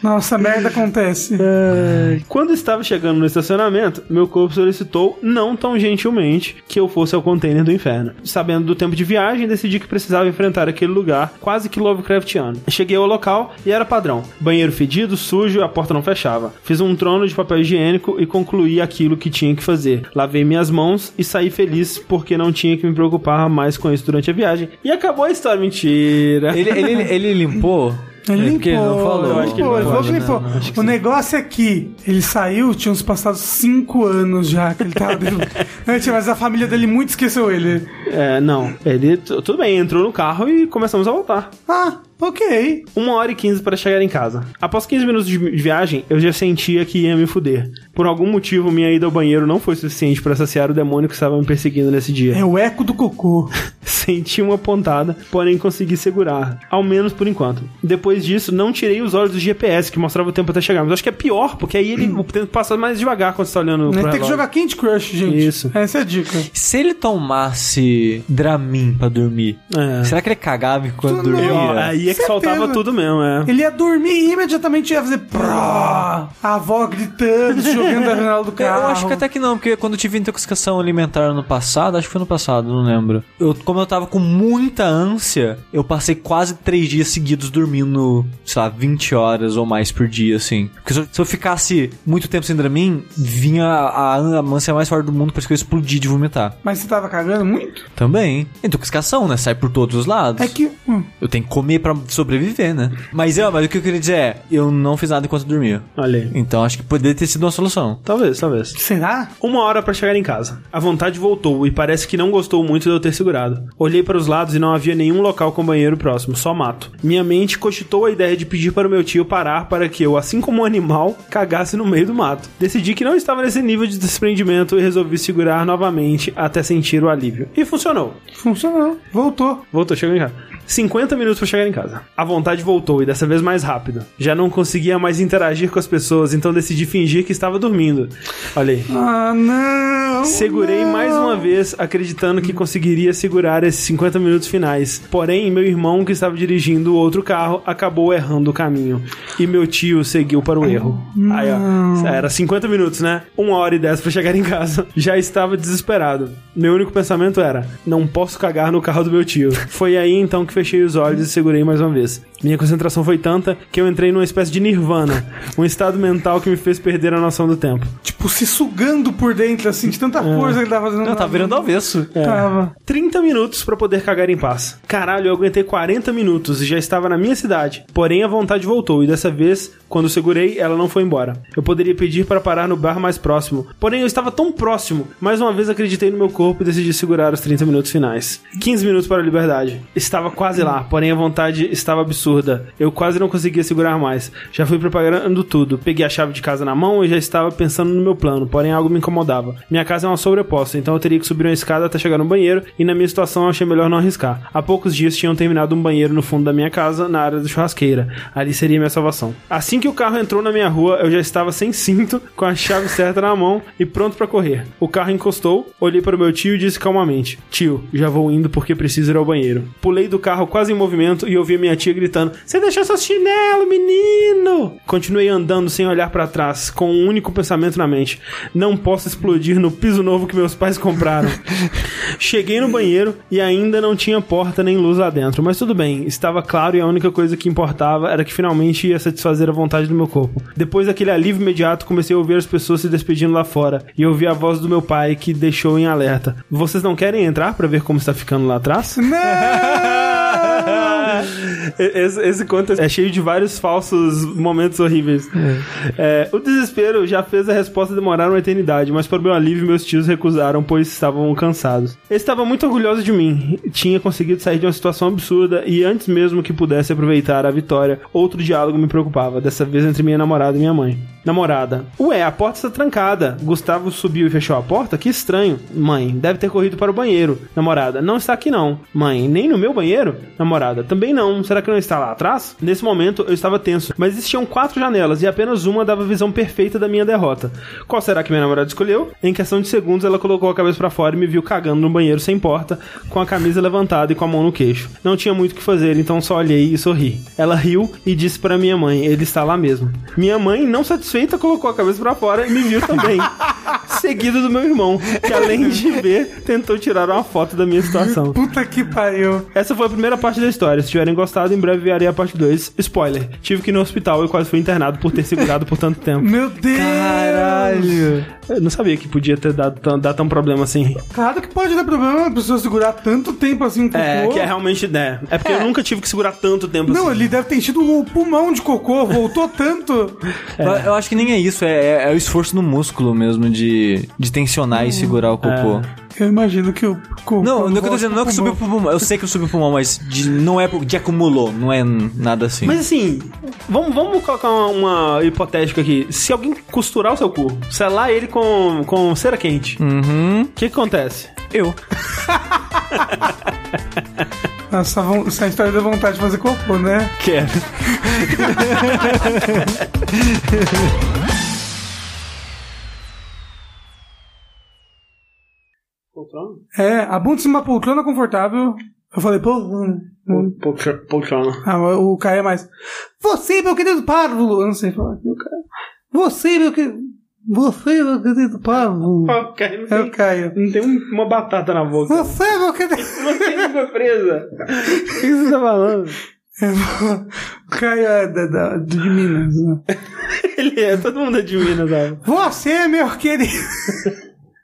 Speaker 1: Nossa, merda acontece.
Speaker 2: É. Quando estava chegando no estacionamento, meu corpo solicitou, não tão gentilmente, que eu fosse ao container do inferno. Sabendo do tempo de viagem, decidi que precisava enfrentar aquele lugar, quase que Lovecraftiano. Cheguei ao local e era padrão: banheiro fedido, sujo, a porta não fechava. Fiz um trono de papel higiênico e concluí aquilo que tinha que fazer. Lavei minhas mãos e saí feliz porque não tinha que me preocupar mais com isso durante a viagem. E acabou a história, mentira.
Speaker 4: Ele, ele, ele limpou.
Speaker 1: Ele
Speaker 4: É porque ele não
Speaker 1: limpou,
Speaker 4: falou. né?
Speaker 1: eu
Speaker 2: acho que ele não
Speaker 1: ele falou né?
Speaker 2: pode,
Speaker 1: que limpou. O negócio é que ele saiu, tinha uns passados cinco anos já que ele tava dentro. Antes, mas a família dele muito esqueceu ele.
Speaker 2: É, não. Ele, tu- tudo bem, entrou no carro e começamos a voltar.
Speaker 1: Ah, ok.
Speaker 2: Uma hora e 15 para chegar em casa. Após 15 minutos de vi- viagem, eu já sentia que ia me fuder. Por algum motivo, minha ida ao banheiro não foi suficiente para saciar o demônio que estava me perseguindo nesse dia.
Speaker 1: É o eco do cocô.
Speaker 2: Senti uma pontada, porém consegui segurar, ao menos por enquanto. Depois disso, não tirei os olhos do GPS, que mostrava o tempo até chegar. Mas acho que é pior, porque aí ele o tempo passa mais devagar quando você tá olhando pro
Speaker 1: Né? Tem que
Speaker 2: relógio.
Speaker 1: jogar Candy Crush, gente.
Speaker 2: Isso.
Speaker 1: Essa é a dica.
Speaker 4: Se ele tomasse Dramin pra dormir,
Speaker 2: É.
Speaker 4: será que ele cagava enquanto
Speaker 1: Não.
Speaker 4: dormia?
Speaker 2: Ó, aí é que
Speaker 1: Certeza.
Speaker 2: soltava tudo mesmo, é.
Speaker 1: Ele ia dormir e imediatamente ia fazer. pró. A avó gritando, se jogando da janela do
Speaker 4: Eu
Speaker 1: carro.
Speaker 4: acho que até que não, porque quando eu tive intoxicação alimentar ano passado, acho que foi ano passado, não lembro. Eu, como eu tava com muita ânsia, eu passei quase três dias seguidos dormindo, sei lá, 20 horas ou mais por dia, assim. Porque se eu, se eu ficasse muito tempo sem Dramin, vinha a, a ânsia mais forte do mundo, por isso que eu explodi de vomitar.
Speaker 1: Mas você tava cagando muito?
Speaker 4: Também. Intoxicação, né? Sai por todos os lados.
Speaker 1: É que. hum,
Speaker 4: Eu tenho que comer pra sobreviver, né? Mas, eu, mas o que eu queria dizer é, eu não fiz nada enquanto eu dormia.
Speaker 2: Olha aí.
Speaker 4: Então acho que poderia ter sido uma solução.
Speaker 2: Talvez, talvez.
Speaker 1: Será?
Speaker 2: Uma hora pra chegar em casa. A vontade voltou e parece que não gostou muito de eu ter segurado. Olhei para os lados e não havia nenhum local com banheiro próximo, só mato. Minha mente cogitou a ideia de pedir para o meu tio parar para que eu, assim como um animal, cagasse no meio do mato. Decidi que não estava nesse nível de desprendimento e resolvi segurar novamente até sentir o alívio. E funcionou.
Speaker 1: Funcionou. Voltou.
Speaker 2: Voltou, chegou em casa. 50 minutos pra chegar em casa. A vontade voltou e dessa vez mais rápido. Já não conseguia mais interagir com as pessoas, então decidi fingir que estava dormindo. Olha aí.
Speaker 1: Ah, não.
Speaker 2: Segurei
Speaker 1: não.
Speaker 2: mais uma vez, acreditando que conseguiria segurar esses 50 minutos finais. Porém, meu irmão, que estava dirigindo o outro carro, acabou errando o caminho. E meu tio seguiu para o erro. Aí, ó. Era 50 minutos, né? Uma hora e dez para chegar em casa. Já estava desesperado. Meu único pensamento era: não posso cagar no carro do meu tio. Foi aí então que fechei os olhos e segurei mais uma vez. Minha concentração foi tanta que eu entrei numa espécie de nirvana, um estado mental que me fez perder a noção do tempo.
Speaker 1: Tipo, se sugando por dentro, assim, de
Speaker 2: É.
Speaker 1: tanta força que ele tava fazendo.
Speaker 4: Não, tá virando ao avesso.
Speaker 1: Tava.
Speaker 2: 30 minutos pra poder cagar em paz. Caralho, eu aguentei 40 minutos e já estava na minha cidade. Porém, a vontade voltou e dessa vez, quando segurei, ela não foi embora. Eu poderia pedir para parar no bar mais próximo. Porém, eu estava tão próximo. Mais uma vez acreditei no meu corpo e decidi segurar os 30 minutos finais. 15 minutos para a liberdade. Estava quase lá, porém a vontade estava absurda. Eu quase não conseguia segurar mais. Já fui preparando tudo. Peguei a chave de casa na mão e já estava pensando no meu plano, porém algo me incomodava. Minha casa é uma sobreposta, então eu teria que subir uma escada até chegar no banheiro, e na minha situação eu achei melhor não arriscar. Há poucos dias tinham terminado um banheiro no fundo da minha casa, na área da churrasqueira. Ali seria minha salvação. Assim que o carro entrou na minha rua, eu já estava sem cinto, com a chave certa na mão e pronto pra correr. O carro encostou, olhei para o meu tio e disse calmamente: Tio, já vou indo porque preciso ir ao banheiro. Pulei do carro quase em movimento e ouvi minha tia gritando: Você deixou seus chinelo, menino! Continuei andando sem olhar pra trás, com um único pensamento na mente: Não posso explodir no piso novo que meus pais compraram. Cheguei no banheiro e ainda não tinha porta nem luz lá dentro, mas tudo bem, estava claro e a única coisa que importava era que finalmente ia satisfazer a vontade do meu corpo. Depois daquele alívio imediato, comecei a ouvir as pessoas se despedindo lá fora e ouvi a voz do meu pai que deixou em alerta: Vocês não querem entrar pra ver como está ficando lá atrás?
Speaker 1: Não!
Speaker 2: esse, esse conto é cheio de vários falsos momentos horríveis. É, o desespero já fez a resposta demorar uma eternidade, mas por meu alívio meus tios recusaram, pois estavam cansados. Eles estavam muito orgulhosos de mim. Tinha conseguido sair de uma situação absurda e antes mesmo que pudesse aproveitar a vitória, outro diálogo me preocupava, dessa vez entre minha namorada e minha mãe. Namorada. Ué, a porta está trancada. Gustavo subiu e fechou a porta? Que estranho. Mãe, deve ter corrido para o banheiro. Namorada. Não está aqui não. Mãe, nem no meu banheiro? Namorada. Também não. Será será que não está lá atrás? Nesse momento eu estava tenso, mas existiam quatro janelas e apenas uma dava a visão perfeita da minha derrota. Qual será que minha namorada escolheu? Em questão de segundos ela colocou a cabeça pra fora e me viu cagando no banheiro sem porta, com a camisa levantada e com a mão no queixo. Não tinha muito o que fazer, então só olhei e sorri. Ela riu e disse pra minha mãe: "Ele está lá mesmo". Minha mãe, não satisfeita, colocou a cabeça pra fora e me viu também. seguido do meu irmão, que além de ver, tentou tirar uma foto da minha situação.
Speaker 1: Puta que pariu.
Speaker 2: Essa foi a primeira parte da história. Se tiverem gostado, em breve virei a parte 2. Spoiler: tive que ir no hospital e quase fui internado por ter segurado por tanto tempo.
Speaker 1: Meu Deus!
Speaker 4: Caralho.
Speaker 2: Eu não sabia que podia ter dado tão, dar tão problema assim.
Speaker 1: Claro que pode dar problema a pessoa segurar tanto tempo assim um cocô.
Speaker 2: É, que é realmente, né? É porque eu nunca tive que segurar tanto tempo
Speaker 1: Não,
Speaker 2: assim.
Speaker 1: ele deve ter enchido o pulmão de cocô, voltou tanto.
Speaker 4: Eu, eu acho que nem é isso, é, é- é o esforço no músculo mesmo de, de tensionar e segurar o cocô.
Speaker 1: Eu imagino que o Hum, é. cocô.
Speaker 4: Não, não é que eu tô
Speaker 1: volta
Speaker 4: dizendo, não é que
Speaker 1: pro
Speaker 4: subiu
Speaker 1: pulmão.
Speaker 4: pro pulmão. Eu sei que subiu pro pulmão, mas de- não é por- de acumulou, não é nada assim.
Speaker 2: Mas assim, vamos, vamos colocar uma, uma hipotética aqui. Se alguém costurar o seu cu, selar ele com, com cera quente, o
Speaker 4: Uhum,
Speaker 2: que, que acontece?
Speaker 4: eu.
Speaker 1: Nossa, von- essa história da vontade de fazer cocô, né?
Speaker 2: Quero.
Speaker 1: É, abunde-se uma poltrona confortável. Eu falei, pô. hum, hum.
Speaker 2: Poltrona.
Speaker 1: Ah, o cara é mais. Você, meu querido párvulo! Eu não sei falar. Meu cara. Você, meu querido. Você, meu querido párvulo. É o Caio.
Speaker 2: Não tem uma batata na boca.
Speaker 1: Você, meu querido.
Speaker 2: Não tem língua presa. O que você tá falando?
Speaker 1: O Caio é da, da- de Minas, né?
Speaker 2: Ele é, todo mundo é de Minas, sabe?
Speaker 1: Você, meu querido.